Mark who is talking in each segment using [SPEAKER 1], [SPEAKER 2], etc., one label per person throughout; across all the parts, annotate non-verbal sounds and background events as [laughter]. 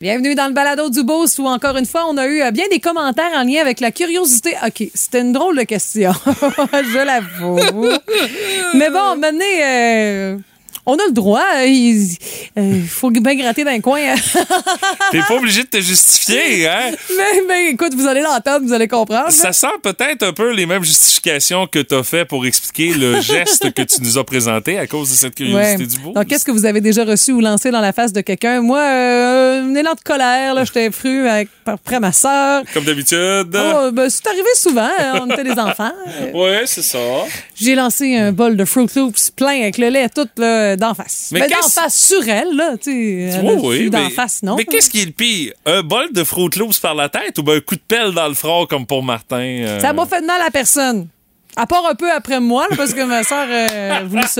[SPEAKER 1] Bienvenue dans le balado du Beauce où, encore une fois, on a eu euh, bien des commentaires en lien avec la curiosité. OK, c'était une drôle de question. [laughs] Je l'avoue. Mais bon, maintenant, euh, on a le droit. euh, Il euh, faut bien gratter dans un coin. [laughs]
[SPEAKER 2] T'es pas obligé de te justifier, hein?
[SPEAKER 1] mais, mais écoute, vous allez l'entendre, vous allez comprendre.
[SPEAKER 2] Ça sent peut-être un peu les mêmes justifications que t'as fait pour expliquer
[SPEAKER 1] [laughs]
[SPEAKER 2] le geste que tu nous as présenté à cause de cette
[SPEAKER 1] Ouais.
[SPEAKER 2] curiosité du beau.
[SPEAKER 1] Donc, qu'est-ce que vous avez déjà reçu ou lancé dans la face de quelqu'un? Moi, euh, un élan de colère, là, j'étais fru avec- après ma sœur.
[SPEAKER 2] Comme d'habitude.
[SPEAKER 1] Oh, ben, c'est arrivé souvent, hein, on était des enfants. Euh,
[SPEAKER 2] Ouais, c'est ça.
[SPEAKER 1] J'ai lancé un bol de Fruit Loops plein avec le lait tout là, d'en face.
[SPEAKER 2] Mais
[SPEAKER 1] Mais d'en
[SPEAKER 2] qu'est-ce-
[SPEAKER 1] face sur elle, là, tu sais.
[SPEAKER 2] Oui,
[SPEAKER 1] elle a
[SPEAKER 2] oui,
[SPEAKER 1] vu d'en
[SPEAKER 2] mais-
[SPEAKER 1] face, non.
[SPEAKER 2] Mais qu'est-ce qui est le pire? Un bol de Froot Loops par la tête ou ben un coup de pelle dans le front comme pour Martin? euh?
[SPEAKER 1] Ça m'a fait de mal à personne. À part un peu après moi, là, parce que ma soeur euh, voulait se...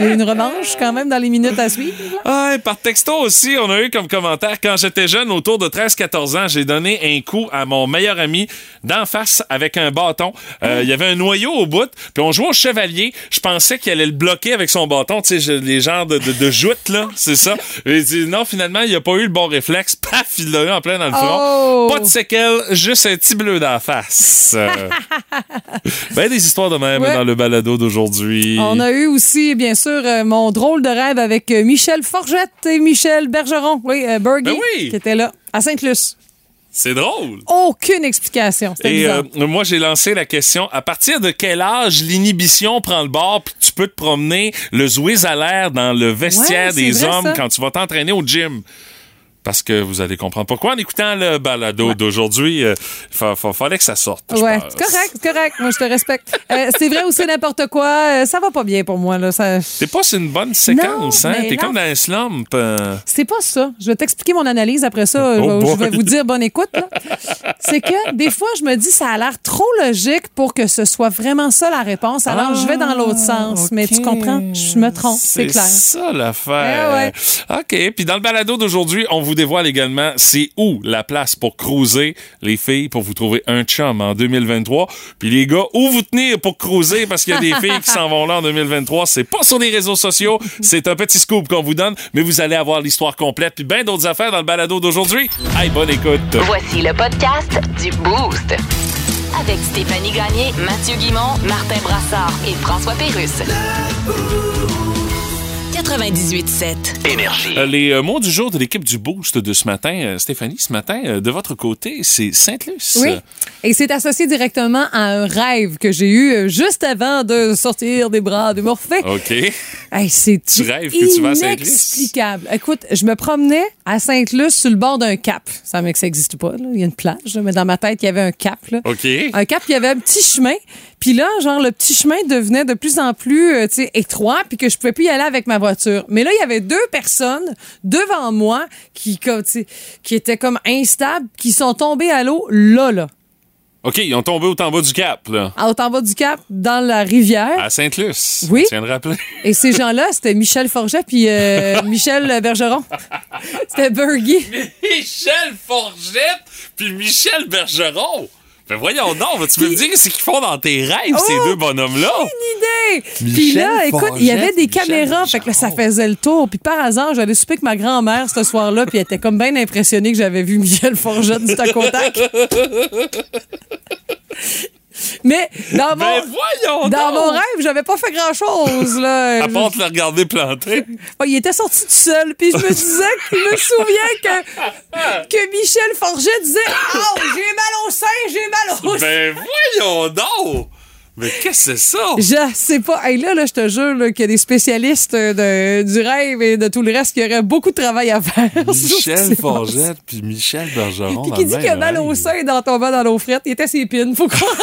[SPEAKER 1] il y a eu une revanche quand même dans les minutes à suivre. là.
[SPEAKER 2] Ah, et par texto aussi, on a eu comme commentaire quand j'étais jeune, autour de 13-14 ans, j'ai donné un coup à mon meilleur ami d'en face avec un bâton.
[SPEAKER 1] Mmh.
[SPEAKER 2] Euh, Il y avait un noyau au bout, puis on jouait au chevalier. Je pensais qu'il allait le bloquer avec son bâton, tu sais, je- les genres de, de, de joutes, là, [laughs] c'est ça. Et il dit, non, finalement, il a pas eu le bon réflexe. [laughs] Paf, il l'a eu en plein dans le front.
[SPEAKER 1] Oh!
[SPEAKER 2] Pas de séquelles, juste un petit bleu
[SPEAKER 1] [laughs]
[SPEAKER 2] d'en face. Euh, ben, des histoires de même
[SPEAKER 1] Ouais.
[SPEAKER 2] dans le balado d'aujourd'hui.
[SPEAKER 1] On a eu aussi, bien sûr, euh, mon drôle de rêve avec euh, Michel Forgette et Michel Bergeron, oui, euh, Bergy,
[SPEAKER 2] Ben oui!
[SPEAKER 1] qui était là, à Sainte-Luce.
[SPEAKER 2] C'est drôle.
[SPEAKER 1] Aucune explication. C'était
[SPEAKER 2] Et
[SPEAKER 1] bizarre.
[SPEAKER 2] euh, moi, j'ai lancé la question à partir de quel âge l'inhibition prend le bord puis tu peux te promener le zouiz à l'air dans le vestiaire
[SPEAKER 1] Ouais, c'est
[SPEAKER 2] des
[SPEAKER 1] vrai,
[SPEAKER 2] hommes
[SPEAKER 1] ça.
[SPEAKER 2] quand tu vas t'entraîner au gym? Parce que vous allez comprendre pourquoi en écoutant le balado d'aujourd'hui, euh, fa- fa- fallait que ça sorte. je
[SPEAKER 1] Ouais,
[SPEAKER 2] pense.
[SPEAKER 1] c'est correct, c'est correct. Moi, je te respecte. Euh, c'est vrai aussi n'importe quoi. Euh, ça va pas bien pour moi. Là. Ça,
[SPEAKER 2] T'es pas sur une bonne séquence,
[SPEAKER 1] Non,
[SPEAKER 2] hein?
[SPEAKER 1] mais
[SPEAKER 2] T'es
[SPEAKER 1] non.
[SPEAKER 2] comme dans un slump. euh.
[SPEAKER 1] c'est pas ça. Je vais t'expliquer mon analyse après ça. Je
[SPEAKER 2] Oh
[SPEAKER 1] vais- je, vais
[SPEAKER 2] boy.
[SPEAKER 1] vous dire bonne écoute. là. C'est que des fois, je me dis ça a l'air trop logique pour que ce soit vraiment ça la réponse. Alors,
[SPEAKER 2] Ah,
[SPEAKER 1] je vais dans l'autre sens. Mais tu
[SPEAKER 2] ok.
[SPEAKER 1] comprends? Je me trompe, c'est clair. Eh
[SPEAKER 2] ça l'affaire. OK. Puis dans le balado d'aujourd'hui, on vous dévoile également c'est où la place pour cruiser les filles pour vous trouver un chum en 2023. Puis les gars, où vous tenir pour cruiser parce qu'il y a des filles qui s'en vont là en 2023. C'est pas sur les réseaux sociaux. C'est un petit scoop qu'on vous donne, mais vous allez avoir l'histoire complète puis bien d'autres affaires dans le balado d'aujourd'hui. Hey, bonne écoute.
[SPEAKER 3] Voici le podcast du Boost. Avec Stéphanie Gagné, Mathieu Guimont, Martin Brassard et François Pérusse. 98.7.
[SPEAKER 2] Euh, les euh, mots du jour de l'équipe du Boost de ce matin, euh, Stéphanie, ce matin, euh, de votre côté, c'est Sainte-Luce.
[SPEAKER 1] Oui. Et c'est associé directement à un rêve que j'ai eu euh, juste avant de sortir des bras de Morphée.
[SPEAKER 2] OK.
[SPEAKER 1] Hey, c'est
[SPEAKER 2] Tu rêves que tu vas à Sainte-Luce?
[SPEAKER 1] inexplicable. Écoute, je me promenais à Sainte-Luce sur le bord d'un cap. Ça me que ça n'existe pas. là. Il y a une plage, là, mais dans ma tête, il y avait un cap. Là.
[SPEAKER 2] OK.
[SPEAKER 1] Un cap, il y avait un petit chemin. Puis là, genre, le petit chemin devenait de plus en plus euh, tu sais, étroit, puis que je pouvais plus y aller avec ma voiture. Mais là, il y avait deux personnes devant moi qui, comme, tu sais, qui étaient comme instables, qui sont tombées à l'eau là, là,
[SPEAKER 2] OK, ils ont tombé au en bas du cap, là.
[SPEAKER 1] à- au en bas du cap, dans la rivière.
[SPEAKER 2] À Sainte-Luce.
[SPEAKER 1] Oui.
[SPEAKER 2] Tu viens de rappeler.
[SPEAKER 1] Et ces gens-là, c'était Michel Forget puis euh, Michel Bergeron. C'était Bergy.
[SPEAKER 2] [laughs] Michel Forgette puis Michel Bergeron. Ben voyons donc, tu me dire ce qu'ils font dans tes rêves,
[SPEAKER 1] Oh,
[SPEAKER 2] ces deux bonhommes-là?
[SPEAKER 1] idée!
[SPEAKER 2] Michel
[SPEAKER 1] Puis là, écoute, il y avait des
[SPEAKER 2] Forget,
[SPEAKER 1] caméras, fait
[SPEAKER 2] Michel
[SPEAKER 1] que là, ça faisait le tour. Puis par hasard, j'allais souper avec ma grand-mère ce soir-là, puis elle était comme bien impressionnée que j'avais vu Michel Forget du tac au tac. Mais dans
[SPEAKER 2] Ben
[SPEAKER 1] mon,
[SPEAKER 2] voyons
[SPEAKER 1] dans
[SPEAKER 2] donc!
[SPEAKER 1] mon rêve, j'avais pas fait grand-chose, là.
[SPEAKER 2] À part te le regarder planter.
[SPEAKER 1] Ouais, il était sorti tout seul. Puis je me disais, je
[SPEAKER 2] [laughs]
[SPEAKER 1] me souviens que, que Michel Forget disait Oh, j'ai mal au sein, j'ai mal au sein.
[SPEAKER 2] Ben voyons donc! Mais qu'est-ce que c'est ça?
[SPEAKER 1] Je sais pas. Hey, là, là, je te jure là, qu'il y a des spécialistes euh, de- du rêve et de tout le reste qui auraient beaucoup de travail à faire. [laughs] sur ce qui
[SPEAKER 2] Michel Oh, ben
[SPEAKER 1] s'est passé.
[SPEAKER 2] Forgette puis Michel Bergeron.
[SPEAKER 1] Puis
[SPEAKER 2] dans
[SPEAKER 1] qui
[SPEAKER 2] le
[SPEAKER 1] dit
[SPEAKER 2] même
[SPEAKER 1] qu'il a mal au
[SPEAKER 2] rêve.
[SPEAKER 1] sein dans tombant dans l'eau frette, il était ses pines. Faut croire.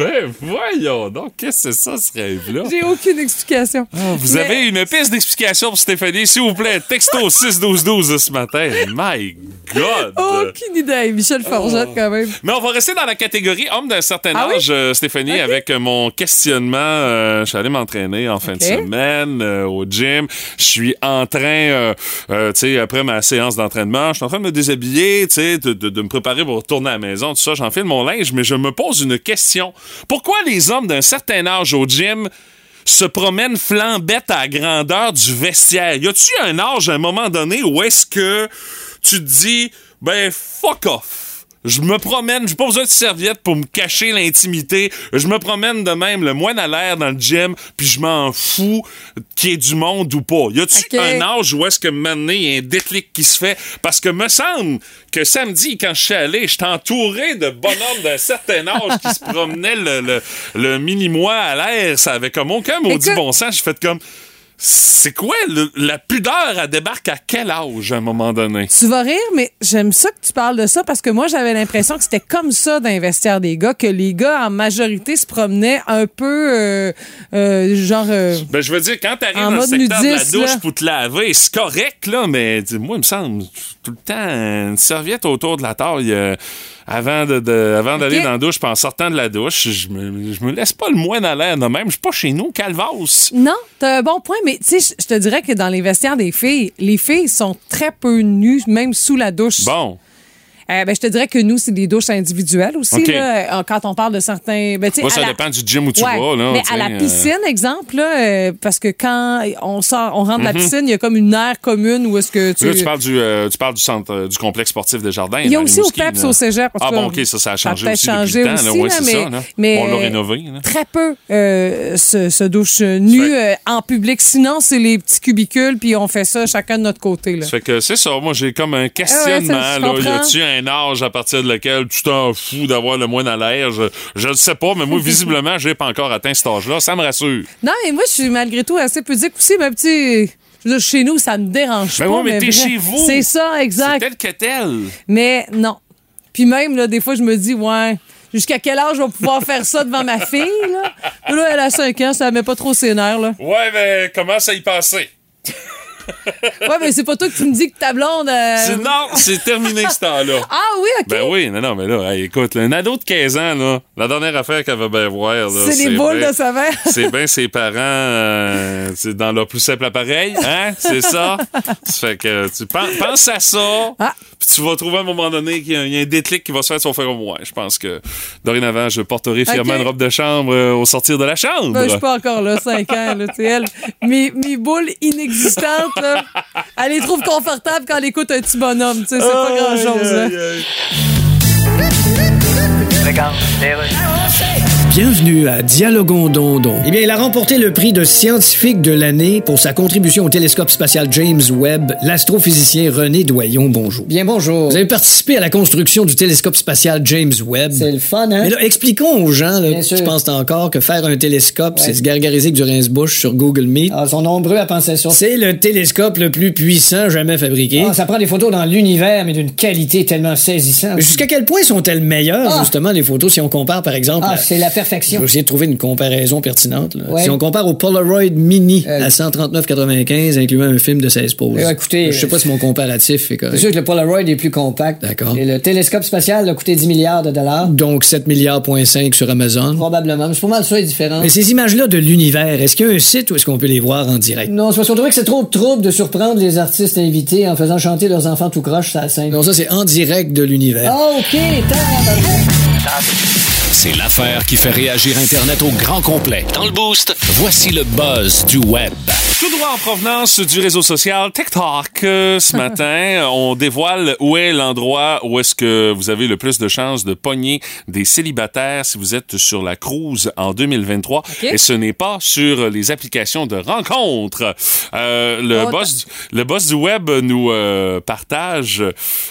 [SPEAKER 2] Ben voyons donc, qu'est-ce que c'est ça, ce rêve-là?
[SPEAKER 1] J'ai aucune explication.
[SPEAKER 2] Ah, Vous
[SPEAKER 1] Mais-
[SPEAKER 2] avez une piste d'explication pour Stéphanie, s'il vous plaît. Texto 6-12-12 ce matin. My God!
[SPEAKER 1] Aucune idée. Michel Forget,
[SPEAKER 2] Ah.
[SPEAKER 1] quand même.
[SPEAKER 2] Mais on va rester dans la catégorie homme d'un certain
[SPEAKER 1] Ah oui?
[SPEAKER 2] âge, euh, Stéphanie, avec euh, mon questionnement. Euh, je suis allé m'entraîner en fin
[SPEAKER 1] Ok.
[SPEAKER 2] de semaine euh, au gym. Je suis en train, euh, euh, tu sais, après ma séance d'entraînement, je suis en train de me déshabiller, tu sais, de, de- de me préparer pour retourner à la maison, tout ça. J'enfile mon linge, mais je me pose une question. Pourquoi les hommes d'un certain âge au gym se promènent flambette à la grandeur du vestiaire? Y a-tu un âge à un moment donné où est-ce que tu te dis, ben, fuck off. Je me promène, j'ai pas besoin de serviette pour me cacher l'intimité. Je me promène de même, le moine à l'air dans le gym, puis je m'en fous qu'il y ait du monde ou pas. Y a-tu
[SPEAKER 1] Ok.
[SPEAKER 2] un âge où est-ce que maintenant il y a un déclic qui se fait? Parce que me semble que samedi, quand je suis allé, j'étais entouré de bonhommes d'un certain âge qui se promenaient le, le, le mini-mois à l'air. Ça avait comme aucun maudit
[SPEAKER 1] Écoute-
[SPEAKER 2] bon sens. J'ai fait comme... C'est quoi? le- la pudeur, elle débarque à quel âge à un moment donné?
[SPEAKER 1] Tu vas rire, mais j'aime ça que tu parles de ça parce que moi, j'avais l'impression que c'était comme ça d'investir des gars, que les gars, en majorité, se promenaient un peu, euh, euh, genre... euh,
[SPEAKER 2] Ben, je veux dire, quand t'arrives
[SPEAKER 1] En
[SPEAKER 2] dans le
[SPEAKER 1] mode
[SPEAKER 2] secteur
[SPEAKER 1] nudiste,
[SPEAKER 2] de la douche
[SPEAKER 1] là.
[SPEAKER 2] pour te laver, c'est correct, là, mais dis- moi, il me semble, tout le temps, une serviette autour de la taille, euh, avant de, de- avant d'aller dans la douche, puis en sortant de la douche, je me, je me laisse pas le moine à l'air de même. Je suis pas chez nous, Calvas.
[SPEAKER 1] Non, t'as un bon point, mais tu sais, je- je te dirais que dans les vestiaires des filles, les filles sont très peu nues, même sous la douche.
[SPEAKER 2] Bon.
[SPEAKER 1] Euh, ben, je te dirais que nous, c'est des douches individuelles aussi,
[SPEAKER 2] OK.
[SPEAKER 1] là, euh, quand on parle de certains... Ben, tu sais,
[SPEAKER 2] Moi,
[SPEAKER 1] à
[SPEAKER 2] ça
[SPEAKER 1] la-
[SPEAKER 2] dépend du gym où tu
[SPEAKER 1] Ouais,
[SPEAKER 2] vas, là.
[SPEAKER 1] mais
[SPEAKER 2] tu
[SPEAKER 1] à
[SPEAKER 2] sais,
[SPEAKER 1] la
[SPEAKER 2] euh,
[SPEAKER 1] piscine, exemple, là, euh, parce que quand on sort, on rentre de la piscine, il y a comme une aire commune où est-ce que tu...
[SPEAKER 2] Mm-hmm. Là, tu parles du, euh, tu parles du centre, euh, du complexe sportif des jardins.
[SPEAKER 1] Il y a aussi au PEPS, au Cégep. en
[SPEAKER 2] Ah
[SPEAKER 1] tout cas.
[SPEAKER 2] bon, ok, ça, ça a changé
[SPEAKER 1] peut-être
[SPEAKER 2] aussi
[SPEAKER 1] changé
[SPEAKER 2] depuis le temps, là.
[SPEAKER 1] aussi,
[SPEAKER 2] Ouais,
[SPEAKER 1] là,
[SPEAKER 2] c'est
[SPEAKER 1] mais,
[SPEAKER 2] ça, là.
[SPEAKER 1] mais,
[SPEAKER 2] On l'a
[SPEAKER 1] euh,
[SPEAKER 2] rénové, là.
[SPEAKER 1] Très peu euh, se, se douche nue euh,
[SPEAKER 2] fait-
[SPEAKER 1] en public. Sinon, c'est les petits cubicules, puis on fait ça chacun de notre côté. Là.
[SPEAKER 2] Ça fait que c'est ça, moi j'ai comme un questionnement.
[SPEAKER 1] Ah ouais, ça, je
[SPEAKER 2] là. Y
[SPEAKER 1] comprends.
[SPEAKER 2] a-tu un âge à partir de lequel tu t'en fous d'avoir le moine à l'air? Je, je le sais pas, mais
[SPEAKER 1] [laughs]
[SPEAKER 2] moi visiblement, j'ai pas encore atteint cet âge-là. Ça me rassure.
[SPEAKER 1] Non, mais moi, je suis malgré tout assez pudique aussi, mais petit. je veux dire, Chez nous, ça me dérange
[SPEAKER 2] Ben
[SPEAKER 1] pas.
[SPEAKER 2] oui, mais t'es
[SPEAKER 1] vrai,
[SPEAKER 2] chez vous.
[SPEAKER 1] C'est ça,
[SPEAKER 2] C'est
[SPEAKER 1] exact.
[SPEAKER 2] tel que tel.
[SPEAKER 1] Mais non. Puis même, là, des fois, je me dis, ouais, jusqu'à quel âge je vais pouvoir faire ça devant ma fille? Là, Là, elle a 5 ans, ça la met pas trop ses nerfs. Là.
[SPEAKER 2] Ouais, mais comment ça y passer?
[SPEAKER 1] Ouais, mais c'est pas toi que tu me dis que ta blonde. euh,
[SPEAKER 2] Non, c'est terminé ce temps-là.
[SPEAKER 1] Ah oui, [laughs] OK.
[SPEAKER 2] Ben oui, non, non, mais là, hey, écoute, là, un ado de 15 ans, là, la dernière affaire qu'elle va bien voir, là,
[SPEAKER 1] c'est les boules
[SPEAKER 2] ben-
[SPEAKER 1] de savin.
[SPEAKER 2] [laughs] C'est bien ses parents euh, c'est dans leur plus simple appareil, hein? C'est ça? Ça fait que tu pen- penses à ça,
[SPEAKER 1] Ah.
[SPEAKER 2] puis tu vas trouver à un moment donné qu'il y a- il y, a un déclic qui va se faire, tu vas faire ouais, je pense que dorénavant, je porterai fièrement
[SPEAKER 1] Ok.
[SPEAKER 2] une robe de chambre euh, au sortir de la chambre.
[SPEAKER 1] Ben, je suis pas encore là, 5 ans, là, tu sais, elle, mes, mes boules inexistantes, là, elle les trouve confortables quand elle écoute un petit bonhomme, tu sais, c'est pas grand-chose, là.
[SPEAKER 4] Bienvenue à Dialogon Dondon. Eh bien, il a remporté le prix de scientifique de l'année pour sa contribution au télescope spatial James Webb, l'astrophysicien René Doyon. Bonjour. Bien, bonjour. Vous avez participé à la construction du télescope spatial James Webb.
[SPEAKER 5] C'est le fun, hein?
[SPEAKER 4] Mais là, expliquons aux gens là,
[SPEAKER 5] Bien
[SPEAKER 4] qui
[SPEAKER 5] sûr.
[SPEAKER 4] pensent encore que faire un télescope,
[SPEAKER 5] Ouais.
[SPEAKER 4] c'est se gargariser avec du rince-bouche sur Google Meet.
[SPEAKER 5] Ah, ils sont nombreux à penser ça.
[SPEAKER 4] C'est le télescope le plus puissant jamais fabriqué.
[SPEAKER 5] Ah, ça prend des photos dans l'univers, mais d'une qualité tellement saisissante.
[SPEAKER 4] Mais Jusqu'à quel point sont-elles meilleures,
[SPEAKER 5] Ah.
[SPEAKER 4] justement, les photos, si on compare, par exemple,
[SPEAKER 5] Ah,
[SPEAKER 4] à-
[SPEAKER 5] c'est la
[SPEAKER 4] Je
[SPEAKER 5] perfection.
[SPEAKER 4] vais essayer de trouver une comparaison pertinente. là.
[SPEAKER 5] Ouais.
[SPEAKER 4] Si on compare au Polaroid Mini
[SPEAKER 5] Euh,
[SPEAKER 4] à 139,95, incluant un film de 16 poses.
[SPEAKER 5] Euh, écoutez,
[SPEAKER 4] je sais pas si mon comparatif est correct.
[SPEAKER 5] C'est sûr que le Polaroid est plus compact.
[SPEAKER 4] D'accord.
[SPEAKER 5] Et le télescope spatial a coûté 10 milliards de dollars.
[SPEAKER 4] Donc 7 milliards point 5 sur Amazon.
[SPEAKER 5] Probablement. Mais c'est pas mal ça, les différences.
[SPEAKER 4] Mais ces images-là de l'univers, est-ce qu'il y a un site où est-ce qu'on peut les voir en direct?
[SPEAKER 5] Non, c'est parce qu'on trouvait que c'est trop de trouble de surprendre les artistes invités en faisant chanter leurs enfants tout croche sur la scène.
[SPEAKER 4] Non, ça c'est en direct de l'univers.
[SPEAKER 5] Ah, OK, t'as-
[SPEAKER 6] C'est l'affaire qui fait réagir Internet au grand complet. Dans le boost, voici le buzz du web.
[SPEAKER 2] Tout droit en provenance du réseau social TikTok. Euh, ce matin, on dévoile où est l'endroit où est-ce que vous avez le plus de chances de pogner des célibataires si vous êtes sur la cruise en 2023. Et ce n'est pas sur les applications de rencontres. Euh, le,
[SPEAKER 1] Oh,
[SPEAKER 2] boss, du- le boss du web nous euh, partage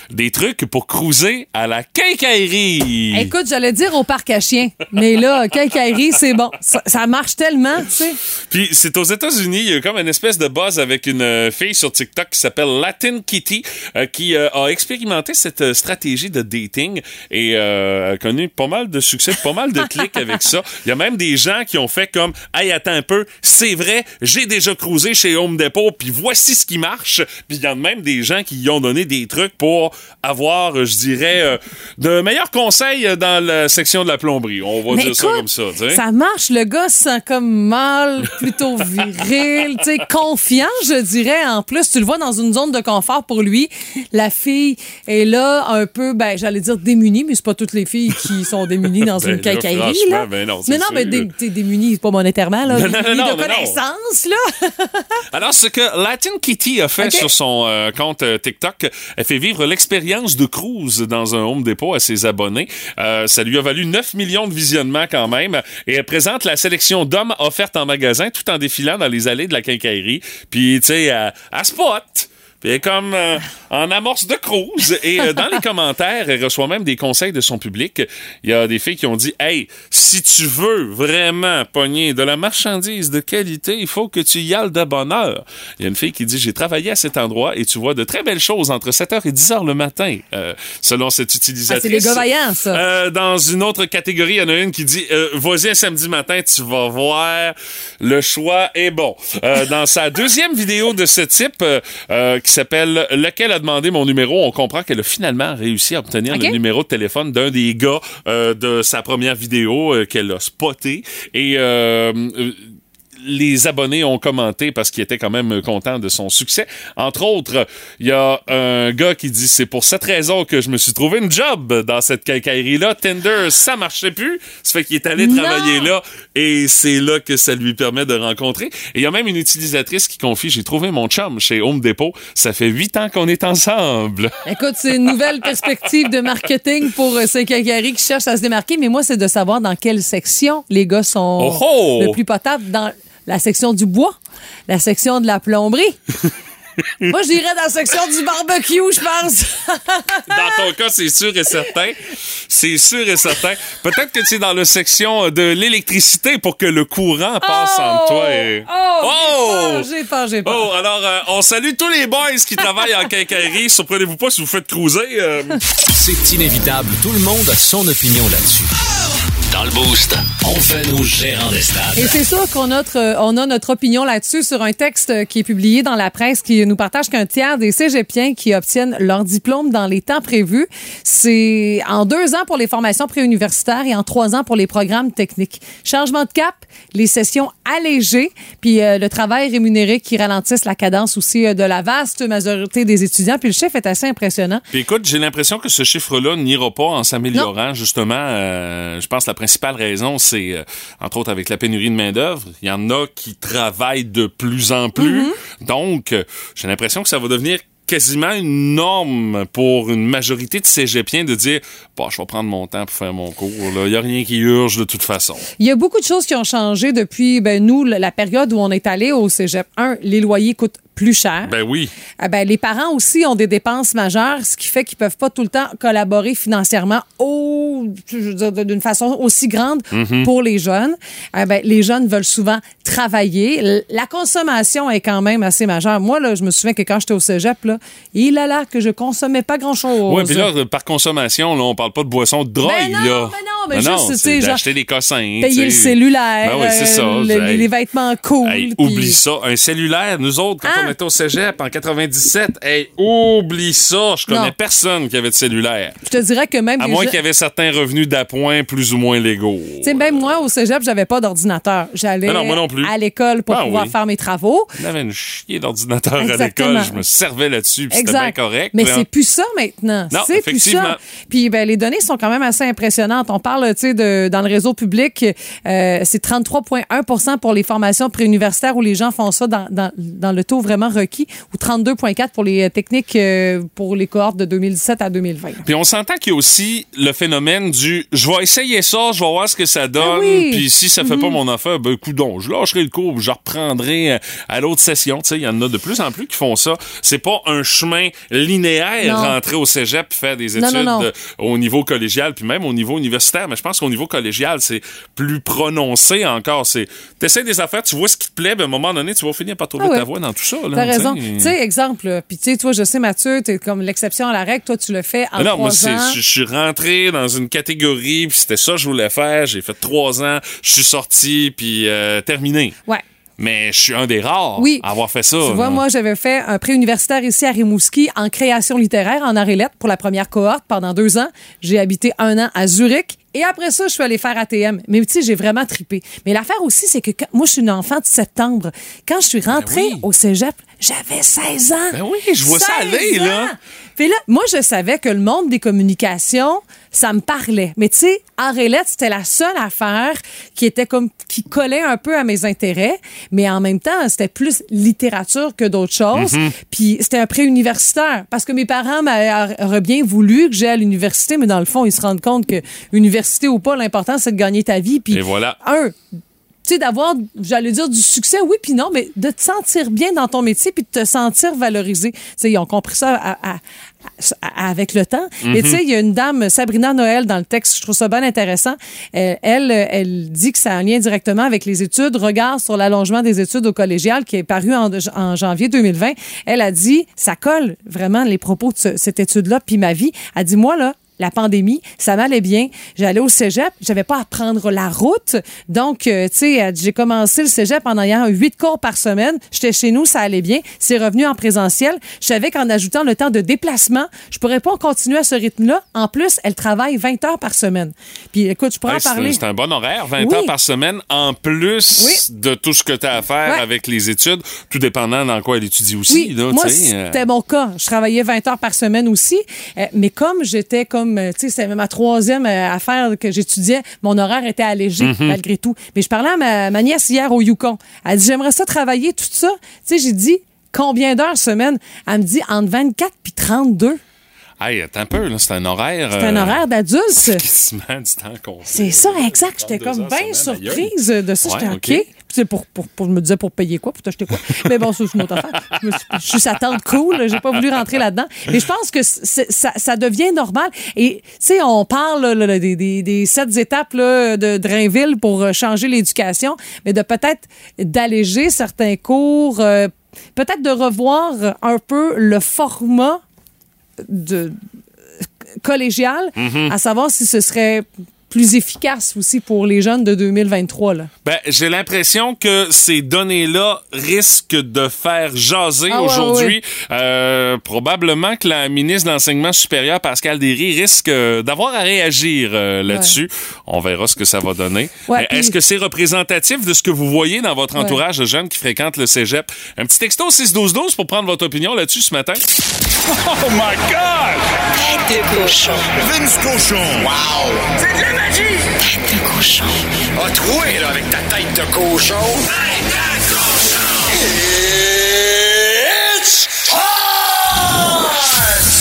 [SPEAKER 2] des trucs pour cruiser à la quincaillerie.
[SPEAKER 1] Écoute, j'allais dire au parc à chiens, mais là, quincaillerie, c'est bon, ça, ça marche tellement, tu sais.
[SPEAKER 2] Puis c'est aux États-Unis, il y a eu comme une espèce de buzz avec une euh, fille sur TikTok qui s'appelle Latin Kitty, euh, qui euh, a expérimenté cette euh, stratégie de dating et euh, a connu pas mal de succès, pas mal de
[SPEAKER 1] [laughs]
[SPEAKER 2] clics avec ça. Il y a même des gens qui ont fait comme Hey, attends un peu, c'est vrai, j'ai déjà cruisé chez Home Depot, puis voici ce qui marche. Puis il y en a même des gens qui y ont donné des trucs pour avoir, euh, je dirais, euh, de meilleurs conseils euh, dans la section de la plomberie. On va
[SPEAKER 1] Mais
[SPEAKER 2] dire ça
[SPEAKER 1] écoute,
[SPEAKER 2] comme ça, tu sais.
[SPEAKER 1] Ça marche, le gars se sent comme mal, plutôt viril, tu sais, confiant, je dirais. En plus, tu le vois dans une zone de confort pour lui. La fille est là, un peu, ben, j'allais dire démunie, mais c'est pas toutes les filles qui sont démunies dans
[SPEAKER 2] [laughs] Ben
[SPEAKER 1] une
[SPEAKER 2] là,
[SPEAKER 1] quincaillerie.
[SPEAKER 2] franchement,
[SPEAKER 1] là.
[SPEAKER 2] ben non, c'est
[SPEAKER 1] mais non,
[SPEAKER 2] sûr.
[SPEAKER 1] mais dé- t'es démunie, pas monétairement, là,
[SPEAKER 2] Non,
[SPEAKER 1] ni-
[SPEAKER 2] non, non,
[SPEAKER 1] ni
[SPEAKER 2] non,
[SPEAKER 1] de
[SPEAKER 2] mais non.
[SPEAKER 1] connaissance, là.
[SPEAKER 2] Alors, ce que Latin Kitty a fait
[SPEAKER 1] Ok.
[SPEAKER 2] sur son euh, compte euh, TikTok, elle fait vivre l'expérience de cruise dans un Home Depot à ses abonnés. Euh, ça lui a valu 9 millions de visionnements quand même. Et elle présente la sélection d'hommes offertes en magasin tout en défilant dans les allées de la quincaillerie. Puis, tu sais, elle, elle spot. Puis elle est comme euh, en amorce de cruise. Et euh, dans les commentaires, elle reçoit même des conseils de son public. Il y a des filles qui ont dit Hey, si tu veux vraiment pogner de la marchandise de qualité, il faut que tu y ailles de bonne heure. Il y a une fille qui dit J'ai travaillé à cet endroit et tu vois de très belles choses entre 7h et 10h le matin, Euh, selon cette utilisatrice.
[SPEAKER 1] Ah, [laughs] c'est les gars vaillants, ça.
[SPEAKER 2] Euh, dans une autre catégorie, il y en a une qui dit euh, Vas-y un samedi matin, tu vas voir, le choix est bon. Euh,
[SPEAKER 1] [laughs]
[SPEAKER 2] dans sa deuxième vidéo de ce type, euh, euh, qui s'appelle Lequel a demandé mon numéro, on comprend qu'elle a finalement réussi à obtenir
[SPEAKER 1] Ok.
[SPEAKER 2] le numéro de téléphone d'un des gars euh, de sa première vidéo euh, qu'elle a spoté. Et. euh, euh, les abonnés ont commenté parce qu'ils étaient quand même contents de son succès. Entre autres, il y a un gars qui dit c'est pour cette raison que je me suis trouvé une job dans cette quincaillerie là. Tinder, ça marchait plus, ça fait qu'il est allé
[SPEAKER 1] Non!
[SPEAKER 2] travailler là et c'est là que ça lui permet de rencontrer. Et il y a même une utilisatrice qui confie j'ai trouvé mon chum chez Home Depot. Ça fait huit ans qu'on est ensemble.
[SPEAKER 1] Écoute, c'est une nouvelle perspective de marketing pour euh, ces quincailleries qui cherchent à se démarquer, mais moi, c'est de savoir dans quelle section les gars sont
[SPEAKER 2] Oh, oh!
[SPEAKER 1] le plus potables. Dans la section du bois, la section de la plomberie. moi, je dirais dans la section du barbecue, je pense.
[SPEAKER 2] Dans ton cas, c'est sûr et certain. C'est sûr et certain. Peut-être que tu es dans la section de l'électricité pour que le courant passe entre toi et.
[SPEAKER 1] Oh! J'ai peur, j'ai peur, j'ai peur.
[SPEAKER 2] Oh, alors, euh, on salue tous les boys qui travaillent en quincaillerie. Surprenez-vous pas si vous faites cruiser. euh.
[SPEAKER 6] C'est inévitable. Tout le monde a son opinion là-dessus. Dans le Boost, on fait nos gérants des stades.
[SPEAKER 1] Et c'est sûr qu'on notre, euh, on a notre opinion là-dessus sur un texte euh, qui est publié dans la presse qui nous partage qu'un tiers des cégepiens qui obtiennent leur diplôme dans les temps prévus, c'est en deux ans pour les formations préuniversitaires et en trois ans pour les programmes techniques. Changement de cap, les sessions allégées, puis euh, le travail rémunéré qui ralentissent la cadence aussi euh, de la vaste majorité des étudiants. Puis le chef est assez impressionnant.
[SPEAKER 2] Puis écoute, j'ai l'impression que ce chiffre-là n'ira pas en s'améliorant. Justement, Euh, je pense que la principale raison, c'est, euh, entre autres, avec la pénurie de main-d'œuvre, il y en a qui travaillent de plus en plus.
[SPEAKER 1] Mm-hmm.
[SPEAKER 2] Donc, euh, j'ai l'impression que ça va devenir quasiment une norme pour une majorité de cégepiens de dire bah je vais prendre mon temps pour faire mon cours là il y a rien qui urge de toute façon
[SPEAKER 1] Il y a beaucoup de choses qui ont changé depuis, ben, nous, la la période où on est allé au cégep. Un, les loyers coûtent plus cher.
[SPEAKER 2] ben oui
[SPEAKER 1] Ah ben, les parents aussi ont des dépenses majeures, ce qui fait qu'ils peuvent pas tout le temps collaborer financièrement au, je veux dire, d'une façon aussi grande
[SPEAKER 2] Mhm.
[SPEAKER 1] pour les jeunes. Ah ben, les jeunes veulent souvent travailler. L- La consommation est quand même assez majeure. Moi, là, je me souviens que quand j'étais au cégep, là, il a là que je consommais pas grand-chose.
[SPEAKER 2] Oui, puis là, euh, par consommation, là, on parle pas de boisson de drogue,
[SPEAKER 1] Ben non,
[SPEAKER 2] là.
[SPEAKER 1] ben non, mais juste, tu sais,
[SPEAKER 2] c'est
[SPEAKER 1] genre,
[SPEAKER 2] d'acheter des cossins.
[SPEAKER 1] Payer le
[SPEAKER 2] tu sais.
[SPEAKER 1] cellulaire,
[SPEAKER 2] Ben oui, c'est ça.
[SPEAKER 1] euh, le-
[SPEAKER 2] Hey,
[SPEAKER 1] les vêtements cool.
[SPEAKER 2] hey,
[SPEAKER 1] puis-
[SPEAKER 2] Oublie ça. Un cellulaire, nous autres, quand
[SPEAKER 1] Hein?
[SPEAKER 2] on était au cégep en 97, hey, oublie ça. Je connais
[SPEAKER 1] Non.
[SPEAKER 2] personne qui avait de cellulaire.
[SPEAKER 1] Je te dirais que même
[SPEAKER 2] À
[SPEAKER 1] les
[SPEAKER 2] moins
[SPEAKER 1] gens-
[SPEAKER 2] qu'il y avait certains revenus d'appoint plus ou moins légaux.
[SPEAKER 1] Tu sais, même moi, au cégep, j'avais pas d'ordinateur. J'allais
[SPEAKER 2] Ah non, moi non plus.
[SPEAKER 1] à l'école pour
[SPEAKER 2] Ah
[SPEAKER 1] pouvoir
[SPEAKER 2] oui.
[SPEAKER 1] faire mes travaux.
[SPEAKER 2] On avait une chier d'ordinateur à
[SPEAKER 1] Exactement.
[SPEAKER 2] l'école. Je me servais là-dessus, puis c'était bien correct.
[SPEAKER 1] Mais
[SPEAKER 2] là.
[SPEAKER 1] c'est plus ça maintenant.
[SPEAKER 2] Non,
[SPEAKER 1] C'est plus
[SPEAKER 2] effectivement.
[SPEAKER 1] ça. Puis ben, les données sont quand même assez impressionnantes. On parle, tu sais, de- dans le réseau public, euh, c'est 33,1 pour les formations préuniversitaires où les gens font ça dans, dans, dans le taux vraiment requis, ou 32,4 pour les euh, techniques euh, pour les cohortes de 2017 à 2020.
[SPEAKER 2] Puis on s'entend qu'il y a aussi le phénomène du je vais essayer ça, je vais voir ce que ça donne.
[SPEAKER 1] Ah oui. Mm-hmm.
[SPEAKER 2] Puis si ça fait pas mon affaire, ben coudon, je lâcherai le cours, puis je reprendrai euh, à l'autre session. Tu sais, il y en a de plus en plus qui font ça. C'est pas un chemin linéaire
[SPEAKER 1] Non.
[SPEAKER 2] rentrer au cégep puis faire des
[SPEAKER 1] Non,
[SPEAKER 2] études
[SPEAKER 1] non, non.
[SPEAKER 2] euh, au niveau collégial puis même au niveau universitaire. Mais je pense qu'au niveau collégial c'est plus prononcé encore. C'est t'essaies des affaires, tu vois ce qui te plaît, ben à un moment donné tu vas finir par trouver
[SPEAKER 1] Ah ouais.
[SPEAKER 2] ta voie dans tout ça. là,
[SPEAKER 1] T'as
[SPEAKER 2] tu sais.
[SPEAKER 1] raison. Tu sais, exemple, là, puis tu sais, toi, je sais, Mathieu, t'es comme l'exception à la règle. Toi, tu le fais en
[SPEAKER 2] Ah non,
[SPEAKER 1] trois
[SPEAKER 2] moi, c'est,
[SPEAKER 1] ans.
[SPEAKER 2] je je suis rentré dans une catégorie, puis c'était ça que je voulais faire. J'ai fait trois ans, je suis sorti, puis euh, terminé.
[SPEAKER 1] Ouais.
[SPEAKER 2] Mais je suis un des rares
[SPEAKER 1] Oui.
[SPEAKER 2] à avoir fait ça.
[SPEAKER 1] Tu vois,
[SPEAKER 2] là.
[SPEAKER 1] moi, j'avais fait un préuniversitaire ici à Rimouski en création littéraire en arts et lettres pour la première cohorte pendant deux ans. J'ai habité un an à Zurich Et après ça, je suis allée faire ATM. Mais tu sais, j'ai vraiment tripé. Mais l'affaire aussi, c'est que quand- moi, je suis une enfant de septembre. Quand je suis rentrée
[SPEAKER 2] Ben oui.
[SPEAKER 1] au cégep, j'avais 16 ans.
[SPEAKER 2] Ben oui, je vois ça
[SPEAKER 1] 16
[SPEAKER 2] aller, là.
[SPEAKER 1] ans! Puis Hein? là, moi, je savais que le monde des communications, ça me parlait. Mais tu sais, en relais, c'était la seule affaire qui était comme, qui collait un peu à mes intérêts. Mais en même temps, c'était plus littérature que d'autres choses.
[SPEAKER 2] Mhm.
[SPEAKER 1] Puis c'était un pré-universitaire. Parce que mes parents m'a- auraient bien voulu que j'aille à l'université, mais dans le fond, ils se rendent compte que université ou pas, l'important, c'est de gagner ta vie. Puis
[SPEAKER 2] Et voilà.
[SPEAKER 1] un, tu sais, d'avoir, j'allais dire, du succès, oui, puis non, mais de te sentir bien dans ton métier, puis de te sentir valorisé. Tu sais, ils ont compris ça à- à- à- avec le temps. Et tu sais, il y a une dame, Sabrina Noël, dans le texte, je trouve ça bien intéressant. Elle, elle, elle dit que ça a un lien directement avec les études. Regard sur l'allongement des études au collégial, qui est paru en, en janvier 2020. Elle a dit, ça colle vraiment les propos de ce- cette étude-là, puis ma vie. Elle dit, moi, là, la pandémie, ça m'allait bien. J'allais au cégep, j'avais pas à prendre la route. Donc, euh, tu sais, euh, j'ai commencé le cégep en ayant huit cours par semaine. J'étais chez nous, ça allait bien. C'est revenu en présentiel. Je savais qu'en ajoutant le temps de déplacement, je pourrais pas continuer à ce rythme-là. En plus, elle travaille 20 heures par semaine. Puis, écoute, je pourrais
[SPEAKER 2] Hey,
[SPEAKER 1] en
[SPEAKER 2] c'est un-
[SPEAKER 1] parler.
[SPEAKER 2] c'est un bon horaire, 20
[SPEAKER 1] Oui.
[SPEAKER 2] heures par semaine, en plus
[SPEAKER 1] Oui.
[SPEAKER 2] de tout ce que tu as à faire
[SPEAKER 1] Ouais.
[SPEAKER 2] avec les études, tout dépendant dans quoi elle étudie aussi.
[SPEAKER 1] Oui,
[SPEAKER 2] là,
[SPEAKER 1] moi,
[SPEAKER 2] tu sais, euh,
[SPEAKER 1] c'était mon cas. Je travaillais 20 heures par semaine aussi. Euh, mais comme j'étais comme, euh, tu sais, c'était ma troisième euh, affaire que j'étudiais, mon horaire était allégé
[SPEAKER 2] Mhm.
[SPEAKER 1] malgré tout. Mais je parlais à ma, ma nièce hier au Yukon. Elle dit, j'aimerais ça travailler, tout ça. Tu sais, j'ai dit, combien d'heures semaine? Elle me dit, entre 24 puis 32.
[SPEAKER 2] hey, attends un peu, là, c'est un horaire.
[SPEAKER 1] C'est un
[SPEAKER 2] euh,
[SPEAKER 1] horaire d'adulte.
[SPEAKER 2] [laughs] quasiment du temps qu'on
[SPEAKER 1] C'est ça, exact. J'étais
[SPEAKER 2] 32
[SPEAKER 1] comme
[SPEAKER 2] heures
[SPEAKER 1] bien
[SPEAKER 2] semaine, aïe.
[SPEAKER 1] surprise de ça.
[SPEAKER 2] Ouais,
[SPEAKER 1] J'étais
[SPEAKER 2] OK.
[SPEAKER 1] OK. Puis c'est pour, pour, pour- je me disais pour payer quoi, pour t'acheter quoi. Mais bon, ça, c'est une autre affaire. Je me suis, je suis sa tante cool. J'ai pas voulu rentrer là-dedans. Mais je pense que c'est- ça, ça devient normal. Et, tu sais, on parle là, là, des, des, des sept étapes là, de Drainville pour euh, changer l'éducation, mais de peut-être d'alléger certains cours, euh, peut-être de revoir un peu le format de collégial,
[SPEAKER 2] Mhm.
[SPEAKER 1] à savoir si ce serait plus efficace aussi pour les jeunes de 2023. Là.
[SPEAKER 2] Ben, j'ai l'impression que ces données-là risquent de faire jaser
[SPEAKER 1] Ah ouais,
[SPEAKER 2] aujourd'hui. Euh, probablement que la ministre de l'Enseignement supérieur, Pascal Derry, risque euh, d'avoir à réagir euh, là-dessus. On verra ce que ça va donner.
[SPEAKER 1] Ouais,
[SPEAKER 2] Mais
[SPEAKER 1] puis-
[SPEAKER 2] Est-ce que c'est représentatif de ce que vous voyez dans votre entourage de jeunes qui fréquentent le cégep? Un petit texto 6-12-12 pour prendre votre opinion là-dessus ce matin. Oh my God!
[SPEAKER 7] Tête de cochon.
[SPEAKER 8] Vince cochon. Wow!
[SPEAKER 7] C'est de la magie! Tête de cochon.
[SPEAKER 8] A troué, là, avec ta tête de cochon. Tête de cochon! It's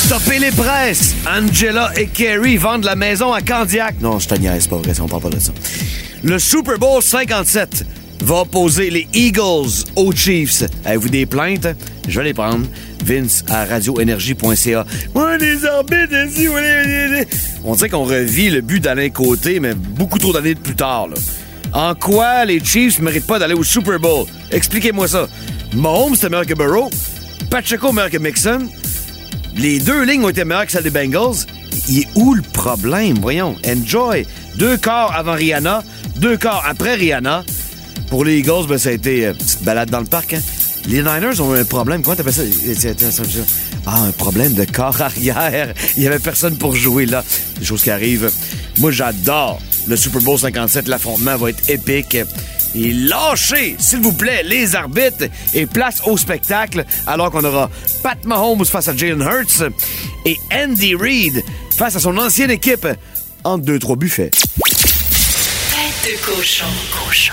[SPEAKER 9] Stoppez les presses! Angela et Kerry vendent la maison à Candiac. Non, je te niaise, c'est pas vrai, si on parle pas de ça. Le Super Bowl 57 va opposer les Eagles aux Chiefs. Avez-vous des plaintes? Je vais les prendre. Vince à radioénergie.ca. Ouais, les orbites, ici, ouais, les- les- les- On dirait qu'on revit le but d'Alain Côté, mais beaucoup trop d'années plus tard. là. En quoi les Chiefs méritent pas d'aller au Super Bowl? Expliquez-moi ça. Mahomes, c'était meilleur que Burrow. Pacheco, meilleur que Mixon. Les deux lignes ont été meilleures que celles des Bengals. Il est où le problème? Voyons, enjoy. Deux corps avant Rihanna, deux corps après Rihanna. Pour les Eagles, ben, ça a été euh, petite balade dans le parc. hein. Les Niners ont un problème. Comment t'appelles ça? Euh, tiens, tiens, ça, ça. Ah, un problème de corps [laughs] arrière. Il y avait personne pour jouer là. Des choses qui arrivent. Moi, j'adore le Super Bowl 57. L'affrontement va être épique. Et lâchez, s'il vous plaît, les arbitres et place au spectacle alors qu'on aura Pat Mahomes face à Jalen Hurts et Andy Reid face à son ancienne équipe entre deux trois buffets.
[SPEAKER 7] Tête de cochon. Cochon.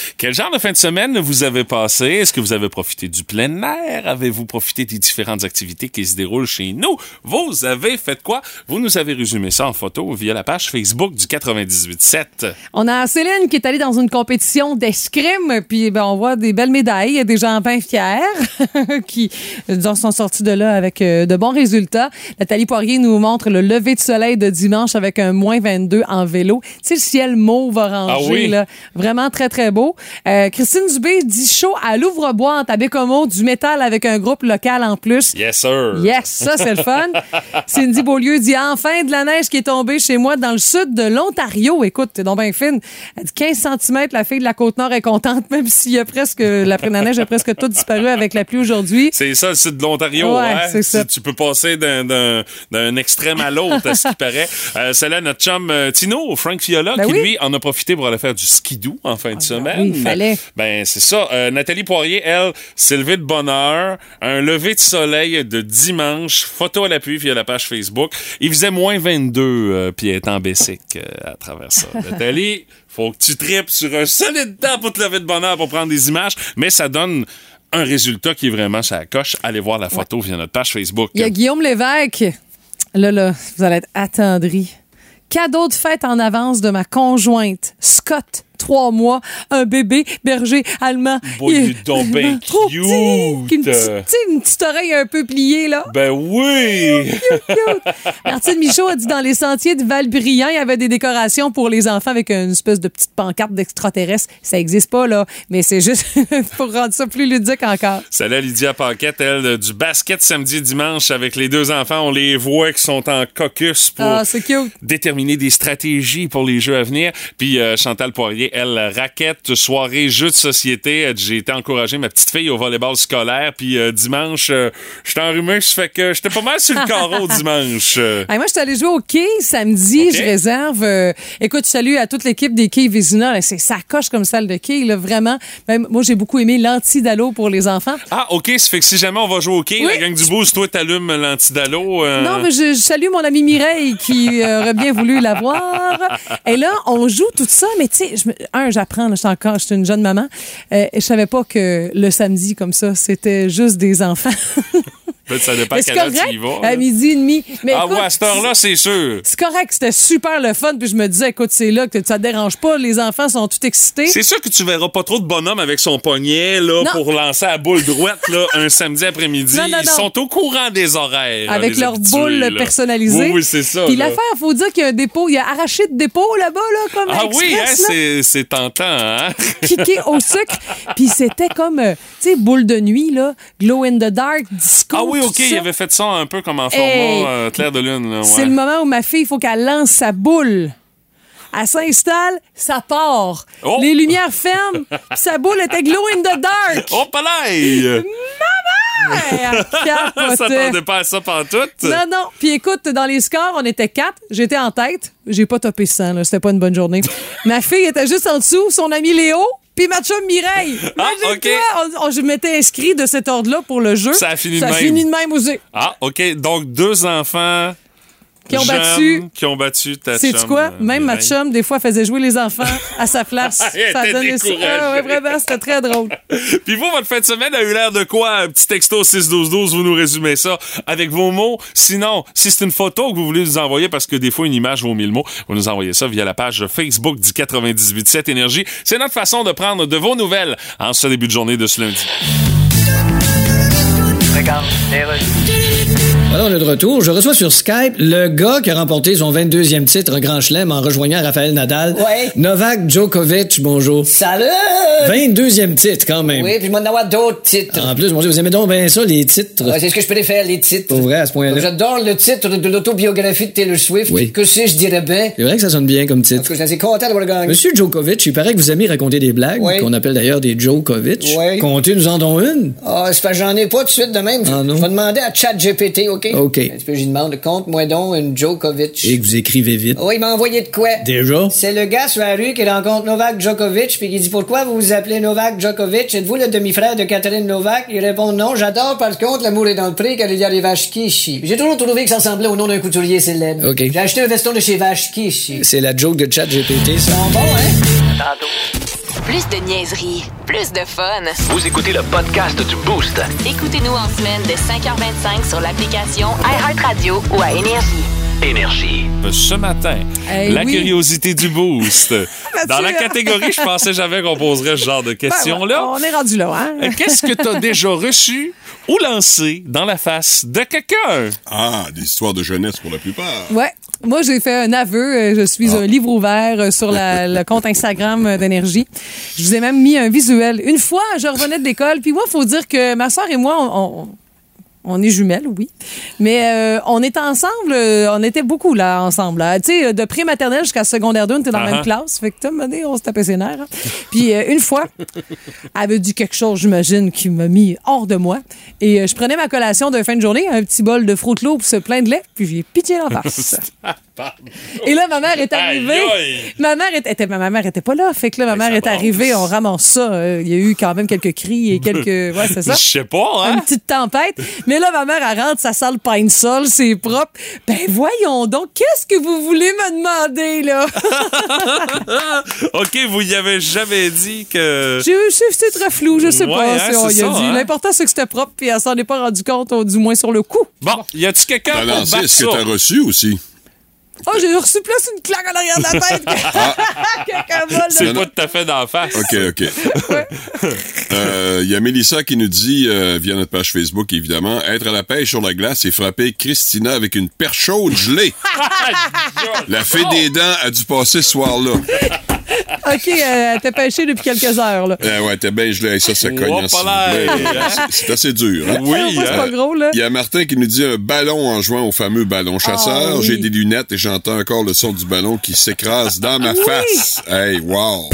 [SPEAKER 2] quel genre de fin de semaine vous avez passé? Est-ce que vous avez profité du plein air? Avez-vous profité des différentes activités qui se déroulent chez nous? Vous avez fait quoi? Vous nous avez résumé ça en photo via la page Facebook du 98.7.
[SPEAKER 1] On a Céline qui est allée dans une compétition d'escrime, puis ben, on voit des belles médailles, Il y a des gens bien fiers [laughs] qui euh, disons, sont sortis de là avec euh, de bons résultats. Nathalie Poirier nous montre le lever de soleil de dimanche avec un moins 22 en vélo. Tu sais, le ciel mauve orangé,
[SPEAKER 2] Ah oui?
[SPEAKER 1] là. vraiment très, très beau. Euh, Christine Dubé dit chaud à l'ouvre-bois en Tabécomo, du métal avec un groupe local en plus.
[SPEAKER 2] Yes, sir.
[SPEAKER 1] Yes, ça, c'est le fun. Cindy Beaulieu dit enfin de la neige qui est tombée chez moi dans le sud de l'Ontario. Écoute, t'es donc bien fine. Elle dit 15 cm, la fille de la Côte-Nord est contente, [laughs] même s'il y a presque, la la neige a presque tout disparu avec la pluie aujourd'hui.
[SPEAKER 2] C'est ça, le sud de l'Ontario.
[SPEAKER 1] Ouais,
[SPEAKER 2] hein?
[SPEAKER 1] c'est ça.
[SPEAKER 2] Tu- Tu peux passer d'un- d'un d'un extrême à l'autre, à ce
[SPEAKER 1] [laughs]
[SPEAKER 2] qui paraît. Euh, c'est là notre chum euh, Tino, Frank Fiola,
[SPEAKER 1] Ben
[SPEAKER 2] qui,
[SPEAKER 1] oui. Ah,
[SPEAKER 2] lui, en a profité pour aller faire du skidoo en fin de semaine.
[SPEAKER 1] oui, il fallait.
[SPEAKER 2] Ben, c'est ça. Euh, Nathalie Poirier, elle, s'est levée de bonne heure. Un lever de soleil de dimanche. Photo à l'appui via la page Facebook. Il faisait moins 22, euh, puis elle est en Bessic euh, à
[SPEAKER 1] [laughs]
[SPEAKER 2] travers ça. Nathalie, faut que tu tripes sur un solide temps pour te lever de bonne heure pour prendre des images, mais ça donne un résultat qui est vraiment ça coche. Allez voir la photo via notre page Facebook.
[SPEAKER 1] Il y a Guillaume Lévesque. Là, là, vous allez être attendri. Cadeau de fête en avance de ma conjointe, Scott, trois mois, un bébé berger allemand.
[SPEAKER 2] Boy, il est donc bien
[SPEAKER 1] [laughs] trop
[SPEAKER 2] cute.
[SPEAKER 1] petit, qu'une petite- tu sais, une petite oreille un peu pliée, là.
[SPEAKER 2] Ben oui!
[SPEAKER 1] Martine Michaud a dit dans les sentiers de Valbriand, il y avait des décorations pour les enfants avec une espèce de petite pancarte d'extraterrestre. Ça n'existe pas, là, mais c'est juste [laughs] pour rendre ça plus ludique encore.
[SPEAKER 2] Salut à Lydia Paquette, elle, euh, du basket samedi et dimanche avec les deux enfants. On les voit qui sont en caucus pour
[SPEAKER 1] Ah, c'est cute.
[SPEAKER 2] déterminer des stratégies pour les jeux à venir. Puis euh, Chantal Poirier, elle, raquette, soirée, jeux de société. Euh, J'ai été encouragé ma petite fille au volleyball scolaire. Puis euh, dimanche, euh, j'étais enrhumé, ça fait que j'étais pas mal sur le
[SPEAKER 1] [laughs]
[SPEAKER 2] carreau dimanche. Euh,
[SPEAKER 1] Hey, moi, je suis allée jouer au quai samedi.
[SPEAKER 2] Ok.
[SPEAKER 1] Je réserve. euh, écoute, salut à toute l'équipe des quais Vézina. Là, C'est sacoche comme salle de quai, là, vraiment. Même, moi, j'ai beaucoup aimé l'anti-dalo pour les enfants.
[SPEAKER 2] Ah, OK, ça fait que si jamais on va jouer au quai,
[SPEAKER 1] Oui.
[SPEAKER 2] la gang du boost, toi, t'allumes l'antidalo. euh,
[SPEAKER 1] Non, mais je, je salue mon amie Mireille qui euh, aurait bien voulu l'avoir. Et là, on joue tout ça, mais tu sais, je me- un, j'apprends, là, je suis encore, je suis une jeune maman. Euh, et je savais pas que le samedi comme ça, c'était juste des enfants.
[SPEAKER 2] [laughs] peut-être ça dépend
[SPEAKER 1] Mais
[SPEAKER 2] à
[SPEAKER 1] c'est
[SPEAKER 2] quelle heure
[SPEAKER 1] correct.
[SPEAKER 2] tu y vas.
[SPEAKER 1] à
[SPEAKER 2] là.
[SPEAKER 1] midi et demi. Mais
[SPEAKER 2] Ah
[SPEAKER 1] écoute,
[SPEAKER 2] ouais, à cette heure-là, c'est sûr.
[SPEAKER 1] C'est correct, c'était super le fun. Puis je me disais, écoute, c'est là que ça te dérange pas, les enfants sont tout excités.
[SPEAKER 2] C'est sûr que tu verras pas trop de bonhomme avec son poignet là,
[SPEAKER 1] Non.
[SPEAKER 2] pour lancer la boule droite
[SPEAKER 1] [laughs]
[SPEAKER 2] là, un samedi après-midi.
[SPEAKER 1] Non, non,
[SPEAKER 2] Ils
[SPEAKER 1] non.
[SPEAKER 2] sont au courant des horaires.
[SPEAKER 1] Avec
[SPEAKER 2] les
[SPEAKER 1] leur
[SPEAKER 2] habitués,
[SPEAKER 1] boule
[SPEAKER 2] là.
[SPEAKER 1] personnalisée.
[SPEAKER 2] Oui, oui, c'est ça.
[SPEAKER 1] Puis
[SPEAKER 2] là.
[SPEAKER 1] l'affaire, faut dire qu'il y a un dépôt, il y a arraché de dépôt là-bas, là, comme
[SPEAKER 2] Ah oui, hein,
[SPEAKER 1] express, là.
[SPEAKER 2] c'est- c'est tentant. Hein?
[SPEAKER 1] piqué au sucre. Puis c'était comme, euh, tu sais, boule de nuit, là, glow in the dark, disco.
[SPEAKER 2] [laughs] Ah oui,
[SPEAKER 1] tout
[SPEAKER 2] OK,
[SPEAKER 1] ça.
[SPEAKER 2] il avait fait ça un peu comme en format
[SPEAKER 1] Hey.
[SPEAKER 2] euh, clair de lune. là,
[SPEAKER 1] C'est
[SPEAKER 2] ouais.
[SPEAKER 1] le moment où ma fille, il faut qu'elle lance sa boule. Elle s'installe, ça part.
[SPEAKER 2] Oh!
[SPEAKER 1] Les lumières ferment, puis sa boule était glow in the dark.
[SPEAKER 2] Oh,
[SPEAKER 1] [laughs]
[SPEAKER 2] palais!
[SPEAKER 1] Hey, elle
[SPEAKER 2] [laughs] Ça
[SPEAKER 1] capotait.
[SPEAKER 2] s'attendait pas à ça pantoute.
[SPEAKER 1] Non, non. Puis écoute, dans les scores, on était quatre. J'étais en tête. J'ai pas topé 100, là. C'était pas une bonne
[SPEAKER 2] [laughs]
[SPEAKER 1] journée. ma fille était juste en dessous, son ami Léo, puis ma chum Mireille.
[SPEAKER 2] Ah,
[SPEAKER 1] Imagine-toi, on- on- je m'étais inscrit de cet ordre-là pour le jeu.
[SPEAKER 2] Ça a fini de
[SPEAKER 1] Ça
[SPEAKER 2] même.
[SPEAKER 1] fini de même aussi.
[SPEAKER 2] Ah, OK, donc deux enfants
[SPEAKER 1] Qui ont
[SPEAKER 2] jeunes
[SPEAKER 1] battu.
[SPEAKER 2] Qui ont battu ta
[SPEAKER 1] C'est
[SPEAKER 2] chum,
[SPEAKER 1] quoi?
[SPEAKER 2] euh,
[SPEAKER 1] Même ma
[SPEAKER 2] Mireille.
[SPEAKER 1] chum, des fois, faisait jouer les enfants à
[SPEAKER 2] [laughs]
[SPEAKER 1] sa place.
[SPEAKER 2] Elle
[SPEAKER 1] ça
[SPEAKER 2] était
[SPEAKER 1] donnait ça.
[SPEAKER 2] découragée.
[SPEAKER 1] Ah, ouais, vraiment, c'était très drôle.
[SPEAKER 2] [laughs] Puis vous, votre fin de semaine a eu l'air de quoi? Un petit texto 61212, vous nous résumez ça avec vos mots. Sinon, si c'est une photo que vous voulez nous envoyer, parce que des fois une image vaut mille mots, vous nous envoyez ça via la page Facebook du 987 Énergie. C'est notre façon de prendre de vos nouvelles en ce début de journée de ce lundi.
[SPEAKER 4] Voilà, on est de retour. Je reçois sur Skype le gars qui a remporté son 22e titre Grand Chelem en rejoignant Raphaël Nadal.
[SPEAKER 5] Ouais.
[SPEAKER 4] Novak Djokovic, bonjour.
[SPEAKER 5] Salut!
[SPEAKER 4] 22e titre, quand même.
[SPEAKER 5] Oui, puis je m'en avoir d'autres titres.
[SPEAKER 4] En plus, mon Dieu, vous aimez donc bien ça, les titres.
[SPEAKER 5] Ouais, c'est ce que je préfère, les titres.
[SPEAKER 4] Ah, Pour vrai, à ce point-là.
[SPEAKER 5] Euh, J'adore le titre de l'autobiographie de Taylor Swift.
[SPEAKER 4] Oui.
[SPEAKER 5] Que c'est, je dirais bien.
[SPEAKER 4] C'est vrai que ça sonne bien comme
[SPEAKER 5] Parce
[SPEAKER 4] titre.
[SPEAKER 5] que je suis assez content d'avoir gagné.
[SPEAKER 4] Monsieur Djokovic, il paraît que vous aimez raconter des blagues,
[SPEAKER 5] Oui.
[SPEAKER 4] qu'on appelle d'ailleurs des Djokovic.
[SPEAKER 5] Oui.
[SPEAKER 4] Comptez, nous en donnons une.
[SPEAKER 5] Ah, c'est parce que j'en ai pas tout de suite de même.
[SPEAKER 4] Ah, non.
[SPEAKER 5] Je vais demander à ChatGPT, OK?
[SPEAKER 4] OK.
[SPEAKER 5] Un petit peu, j'y demande, compte-moi donc une Djokovic.
[SPEAKER 4] Et que vous écrivez vite.
[SPEAKER 5] Oh, il m'a envoyé de quoi?
[SPEAKER 4] Déjà?
[SPEAKER 5] C'est le gars sur la rue qui rencontre Novak Djokovic puis qui dit pourquoi vous vous appelez Novak Djokovic êtes-vous le demi-frère de Catherine Novak il répond non j'adore par contre l'amour est dans le prix car il y a les vaches Kishi j'ai toujours trouvé que ça ressemblait au nom d'un couturier célèbre
[SPEAKER 4] Ok.
[SPEAKER 5] j'ai acheté un veston de chez vaches Kishi
[SPEAKER 4] C'est la joke de chat GPT, ça.
[SPEAKER 5] bon hein
[SPEAKER 3] Plus de niaiserie, plus de fun.
[SPEAKER 6] Vous écoutez le podcast du Boost.
[SPEAKER 3] Écoutez-nous en semaine de 5h25 sur l'application iHeartRadio ou à Énergie.
[SPEAKER 6] Énergie.
[SPEAKER 2] Ce matin,
[SPEAKER 1] Hey,
[SPEAKER 2] la
[SPEAKER 1] Eh oui.
[SPEAKER 2] curiosité du boost. Dans
[SPEAKER 1] [laughs]
[SPEAKER 2] la
[SPEAKER 1] Mathieu.
[SPEAKER 2] catégorie, je pensais jamais qu'on poserait ce genre de
[SPEAKER 1] Ben,
[SPEAKER 2] questions-là.
[SPEAKER 1] On est rendu là, hein?
[SPEAKER 2] Euh, Qu'est-ce que t'as déjà reçu ou lancé dans la face de quelqu'un?
[SPEAKER 10] Ah, des histoires de jeunesse pour la plupart.
[SPEAKER 1] Ouais. Moi, j'ai fait un aveu. euh, Je suis un livre ouvert euh, sur la- le compte Instagram euh, d'Énergie. Je vous ai même mis un visuel. Une fois, je revenais de l'école. Puis moi, il faut dire que ma soeur et moi, on- on- on est jumelles, oui. Mais euh, on est ensemble, euh, on était beaucoup là, ensemble. là. Tu sais, de pré-maternelle jusqu'à secondaire 2, on était dans la
[SPEAKER 2] Ah
[SPEAKER 1] même
[SPEAKER 2] ah.
[SPEAKER 1] classe. Fait que, t'as mené, on se tapait ses nerfs. hein. Puis euh, une fois, elle avait dit quelque chose, j'imagine, qui m'a mis hors de moi. Et euh, je prenais ma collation de fin de journée, un petit bol de frottelot pour se plein de lait, puis j'ai pitié l'en face.
[SPEAKER 2] Ah,
[SPEAKER 1] Et là, ma mère est arrivée.
[SPEAKER 2] Aïe, aïe.
[SPEAKER 1] Ma mère était, était- ma mère était pas là. Fait que là, ma mère est arrivée, on ramasse ça. Euh, Il y a eu quand même quelques cris et quelques. Ouais, c'est ça.
[SPEAKER 2] Je sais pas,
[SPEAKER 1] Une [laughs]
[SPEAKER 2] [laughs] hein?
[SPEAKER 1] petite tempête. Mais là, ma mère, elle rentre, sa salle pine sol, c'est propre. Ben voyons donc, qu'est-ce que vous voulez me demander,
[SPEAKER 2] [laughs]
[SPEAKER 1] là?
[SPEAKER 2] Ah! OK, vous y avez jamais dit que...
[SPEAKER 1] J'ai eu- c'est c'est très flou, je sais
[SPEAKER 2] Ouais,
[SPEAKER 1] pas.
[SPEAKER 2] hein,
[SPEAKER 1] si on
[SPEAKER 2] c'est
[SPEAKER 1] y a
[SPEAKER 2] ça,
[SPEAKER 1] dit.
[SPEAKER 2] hein.
[SPEAKER 1] L'important, c'est que c'était propre, puis elle s'en est pas rendue compte, ou du moins sur le coup.
[SPEAKER 2] Bon, y a-tu quelqu'un
[SPEAKER 10] T'as
[SPEAKER 2] pour
[SPEAKER 10] lancé
[SPEAKER 2] battre
[SPEAKER 10] ce
[SPEAKER 2] ça?
[SPEAKER 10] que t'as reçu aussi.
[SPEAKER 1] Oh, j'ai reçu plus une claque en arrière de la tête [laughs] que- que qu'un vol de-
[SPEAKER 2] C'est pas tout à fait d'en face.
[SPEAKER 10] OK, OK. Euh, Il y a Mélissa qui nous dit, euh, via notre page Facebook, évidemment, être à la pêche sur la glace et frapper Christina avec une perche chaude gelée. La fée
[SPEAKER 2] Oh!
[SPEAKER 10] des dents a dû passer ce soir-là.
[SPEAKER 1] OK, euh, elle était pêchée depuis quelques heures, là.
[SPEAKER 10] Euh, ouais, t'es bien gelé. Ça, ça cogne. hein, s'il vous plaît.
[SPEAKER 2] Hopalay, hein?
[SPEAKER 10] C'est assez dur. hein?
[SPEAKER 2] Oui,
[SPEAKER 1] Moi, c'est pas
[SPEAKER 2] hein?
[SPEAKER 1] gros, là.
[SPEAKER 10] Il y a Martin qui nous dit un ballon en jouant au fameux ballon chasseur.
[SPEAKER 1] Ah, oui.
[SPEAKER 10] J'ai des lunettes et j'entends encore le son du ballon qui s'écrase dans
[SPEAKER 1] Ah
[SPEAKER 10] ma face. Hey, wow!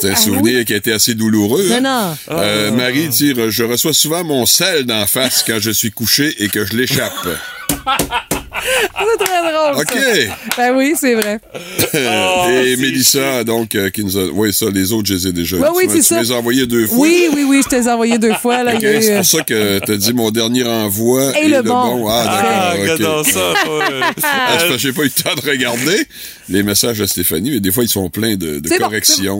[SPEAKER 10] C'est un souvenir qui a été assez douloureux.
[SPEAKER 1] Non,
[SPEAKER 10] hein.
[SPEAKER 1] non.
[SPEAKER 10] Euh, Marie dit « Je reçois souvent mon sel d'en face quand je suis couché et que je l'échappe.
[SPEAKER 1] C'est très » drôle,
[SPEAKER 10] OK!
[SPEAKER 1] ça. Ben oui, c'est vrai.
[SPEAKER 10] et Mélissa, donc, euh, qui nous a... Oui, ça, les autres, je les ai déjà.
[SPEAKER 1] Ouais,
[SPEAKER 10] Tu
[SPEAKER 1] oui,
[SPEAKER 10] m'as-
[SPEAKER 1] c'est
[SPEAKER 10] tu
[SPEAKER 1] ça.
[SPEAKER 10] me les as envoyés deux fois.
[SPEAKER 1] Oui, oui, oui, je t'ai envoyé deux fois, là.
[SPEAKER 10] OK,
[SPEAKER 1] il y a eu,
[SPEAKER 10] c'est
[SPEAKER 1] euh,
[SPEAKER 10] pour ça que t'as dit mon dernier envoi
[SPEAKER 1] Et le bon.
[SPEAKER 10] Ah, d'accord.
[SPEAKER 2] Ah, regardons
[SPEAKER 10] ok. [laughs]
[SPEAKER 2] ça. ouais. Euh,
[SPEAKER 10] Ah, c'est parce que j'ai pas eu le temps de regarder les messages à Stéphanie, mais des fois, ils sont pleins de, de
[SPEAKER 1] C'est bon,
[SPEAKER 10] corrections.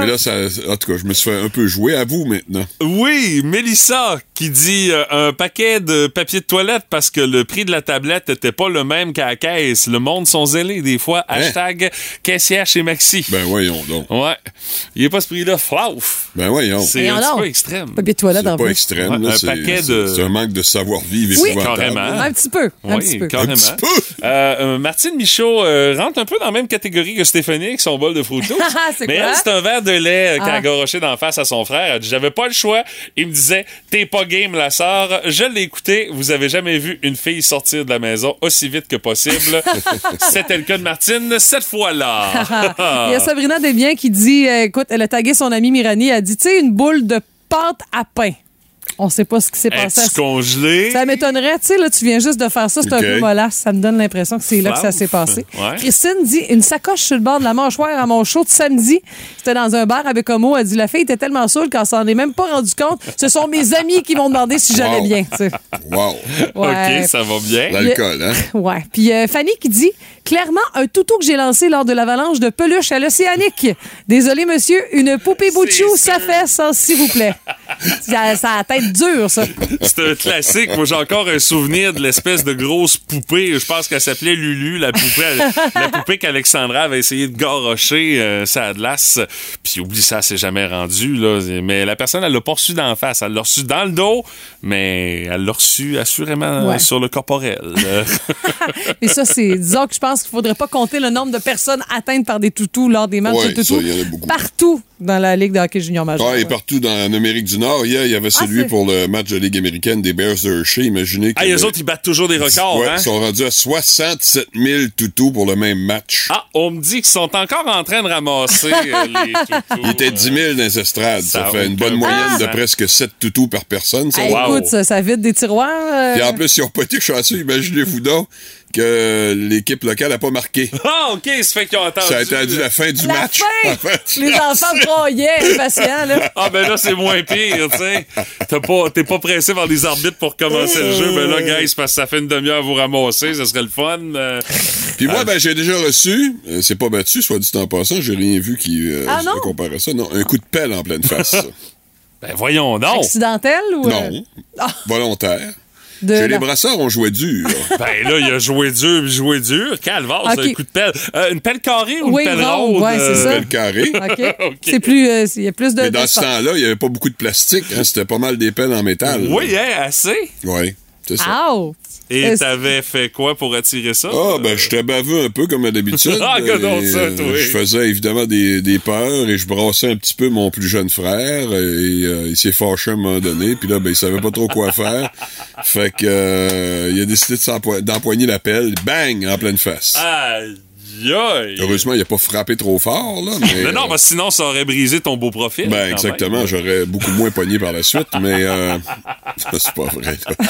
[SPEAKER 10] mais là, ça, en tout cas, je me suis fait un peu jouer à vous maintenant.
[SPEAKER 2] Oui, Mélissa qui dit euh, un paquet de papier de toilette parce que le prix de la tablette n'était pas le même qu'à la caisse. Le monde sont zélés des fois. Hashtag caissière chez Maxi.
[SPEAKER 10] Hein? Ben voyons donc.
[SPEAKER 2] Ouais. Il est pas ce prix-là. Flauf.
[SPEAKER 10] Ben voyons. C'est
[SPEAKER 2] C'est un
[SPEAKER 1] alors?
[SPEAKER 2] petit peu extrême.
[SPEAKER 1] papier de toilette, en
[SPEAKER 10] pas
[SPEAKER 1] plus.
[SPEAKER 10] extrême.
[SPEAKER 2] Ouais,
[SPEAKER 10] là,
[SPEAKER 2] un
[SPEAKER 10] c'est-
[SPEAKER 2] paquet
[SPEAKER 10] c'est-
[SPEAKER 2] de-
[SPEAKER 10] C'est un manque de savoir-vivre
[SPEAKER 1] Oui.
[SPEAKER 10] épouvantable.
[SPEAKER 2] Carrément.
[SPEAKER 1] Un petit peu, un petit peu.
[SPEAKER 2] carrément.
[SPEAKER 10] Un petit peu.
[SPEAKER 2] Euh, euh, Martine Michaud euh, rentre un peu dans la même catégorie que Stéphanie avec son bol de
[SPEAKER 1] [laughs]
[SPEAKER 2] fruteau.
[SPEAKER 1] Ah, C'est
[SPEAKER 2] Mais
[SPEAKER 1] quoi?
[SPEAKER 2] elle, c'est un verre de lait euh, qu'elle
[SPEAKER 1] Ah.
[SPEAKER 2] a garoché d'en face à son frère. Elle dit, J'avais pas le choix. Il me disait T'es pas game, la sœur. Je l'ai écouté. Vous avez jamais vu une fille sortir de la maison aussi vite que
[SPEAKER 1] [laughs]
[SPEAKER 2] possible. C'était le cas de Martine cette fois-là.
[SPEAKER 1] [laughs] Il y a
[SPEAKER 2] [laughs]
[SPEAKER 1] Sabrina Desbiens qui dit euh, écoute, elle a tagué son amie Mirani, elle a dit tu sais, une boule de pâte à pain. On sait pas ce qui s'est passé. à
[SPEAKER 2] Es-tu
[SPEAKER 1] ce-
[SPEAKER 2] congelé?
[SPEAKER 1] Ça m'étonnerait, tu sais, là, tu viens juste de faire ça, c'est un
[SPEAKER 10] Ok.
[SPEAKER 1] peu mollasse. Ça me donne l'impression que c'est là que ça s'est passé.
[SPEAKER 2] Ouais.
[SPEAKER 1] Christine dit une sacoche sur le bord de la mâchoire à mon show de samedi. C'était dans un bar avec Homo. Elle dit la fille était tellement saoule qu'elle s'en est même pas rendue compte. Ce sont mes amis qui m'ont demandé si j'allais
[SPEAKER 10] Wow.
[SPEAKER 1] bien. tu sais.
[SPEAKER 10] Wow.
[SPEAKER 1] Ouais.
[SPEAKER 2] OK, ça va
[SPEAKER 1] Eh,
[SPEAKER 2] bien.
[SPEAKER 10] L'alcool, hein?
[SPEAKER 1] Ouais. Puis euh, Fanny qui dit clairement un toutou que j'ai lancé lors de l'avalanche de peluche à l'océanique. Désolé monsieur, une poupée boutchou,
[SPEAKER 2] C'est
[SPEAKER 1] ça
[SPEAKER 2] sûr.
[SPEAKER 1] fait ça s'il vous plaît. ça, ça a la tête dure ça.
[SPEAKER 2] C'est un classique. Moi, j'ai encore un souvenir de l'espèce de grosse poupée. Je pense qu'elle s'appelait Lulu, la poupée, la poupée qu'Alexandra avait essayé de garrocher euh, sa glace. Puis oublie ça, c'est jamais rendu. Là. Mais la personne, elle l'a pas reçu d'en face. Elle l'a reçu dans le dos, mais elle l'a reçu assurément
[SPEAKER 1] Ouais.
[SPEAKER 2] sur le corporel. Euh,
[SPEAKER 1] Mais ça c'est disons que je pense qu'il faudrait pas compter le nombre de personnes atteintes par des toutous lors des matchs
[SPEAKER 10] Ouais,
[SPEAKER 1] de toutous
[SPEAKER 10] ça, il y en a beaucoup.
[SPEAKER 1] partout dans la ligue de hockey junior majeur.
[SPEAKER 10] Ah, et partout dans, en Amérique du Nord, hier, il y avait celui
[SPEAKER 1] Ah, c'est-
[SPEAKER 10] pour le match de Ligue américaine des Bears de Hershey. Imaginez que.
[SPEAKER 2] ah, les autres, ils battent toujours des records.
[SPEAKER 10] Ouais,
[SPEAKER 2] hein?
[SPEAKER 10] Ils sont rendus à 67 000 toutous pour le même match.
[SPEAKER 2] Ah, on me dit qu'ils sont encore en train de ramasser euh,
[SPEAKER 10] [laughs]
[SPEAKER 2] les toutous.
[SPEAKER 10] Il était 10 000 dans les estrades. Ça,
[SPEAKER 2] Ça a
[SPEAKER 10] fait une
[SPEAKER 2] aucun
[SPEAKER 10] bonne moyenne
[SPEAKER 2] bon
[SPEAKER 10] de
[SPEAKER 2] sens.
[SPEAKER 10] presque 7 toutous par personne. Ça.
[SPEAKER 1] Hey,
[SPEAKER 2] Wow.
[SPEAKER 1] Ah, Écoute, ça, ça vide des tiroirs. euh,
[SPEAKER 10] Puis en plus, ils n'ont pas été chanceux. Imaginez-vous donc que l'équipe locale n'a pas marqué.
[SPEAKER 2] Ah, Ah, OK, ça fait qu'ils ont attendu.
[SPEAKER 10] Ça a attendu la fin du
[SPEAKER 1] la
[SPEAKER 10] match. [laughs]
[SPEAKER 1] fin!
[SPEAKER 10] La fin du
[SPEAKER 1] Les
[SPEAKER 10] match.
[SPEAKER 1] enfants broyaient impatients
[SPEAKER 10] [laughs]
[SPEAKER 1] là.
[SPEAKER 2] Ah ben là c'est moins pire, tu sais. T'as pas- T'es pas pressé par les arbitres pour commencer le jeu, mais là, guys, parce que ça fait une demi-heure à vous ramasser, ça serait le fun. euh.
[SPEAKER 10] Puis moi, ben, j'ai déjà reçu, euh, c'est pas battu, soit dit en passant, j'ai rien vu qui euh,
[SPEAKER 1] Ah
[SPEAKER 10] se
[SPEAKER 1] non?
[SPEAKER 10] compare à ça. Non, un coup de pelle en
[SPEAKER 1] [laughs]
[SPEAKER 10] pleine face. ça.
[SPEAKER 2] Ben voyons donc.
[SPEAKER 1] Accidentel ou euh,
[SPEAKER 10] non, volontaire.
[SPEAKER 1] de
[SPEAKER 10] Chez
[SPEAKER 1] la-
[SPEAKER 10] les brasseurs, on
[SPEAKER 1] [laughs]
[SPEAKER 10] jouait dur.
[SPEAKER 2] Ben là, il a joué dur, puis joué dur. Calvaire, c'est
[SPEAKER 1] Ok.
[SPEAKER 2] un coup de pelle. Euh, une pelle carrée ou
[SPEAKER 1] Oui,
[SPEAKER 2] une pelle euh,
[SPEAKER 1] ronde,
[SPEAKER 2] ronde?
[SPEAKER 1] ouais, c'est ça.
[SPEAKER 10] pelle carrée.
[SPEAKER 1] OK.
[SPEAKER 10] [laughs]
[SPEAKER 2] OK.
[SPEAKER 1] C'est plus. euh, Il y a plus de.
[SPEAKER 10] Mais dans ce
[SPEAKER 1] d'espace.
[SPEAKER 10] temps-là, il n'y avait pas beaucoup de plastique. hein, C'était pas mal des pelles en métal.
[SPEAKER 2] Oui, hein, assez.
[SPEAKER 10] Oui. C'est ça.
[SPEAKER 1] Ow!
[SPEAKER 2] Et
[SPEAKER 1] Est-ce-
[SPEAKER 2] t'avais fait quoi pour attirer ça?
[SPEAKER 10] Ah, ben, j'étais baveux un peu comme à d'habitude.
[SPEAKER 2] [laughs] Ah, que non,
[SPEAKER 10] Et,
[SPEAKER 2] ça,
[SPEAKER 10] euh,
[SPEAKER 2] toi.
[SPEAKER 10] Je faisais évidemment des, des peurs et je brassais un petit peu mon plus jeune frère et euh, il s'est fâché à un moment donné. Puis là, ben, il savait pas trop quoi faire. Fait que, euh, il a décidé de s'empoi- d'empoigner la pelle. Bang! En pleine face.
[SPEAKER 2] Ah. Aïe! aïe.
[SPEAKER 10] Heureusement, il a pas frappé trop fort, là. Mais,
[SPEAKER 2] Mais non, parce que sinon, ça aurait brisé ton beau profil.
[SPEAKER 10] Ben,
[SPEAKER 2] quand même.
[SPEAKER 10] exactement. J'aurais beaucoup moins pogné par la suite, mais euh, [laughs] c'est pas vrai. là.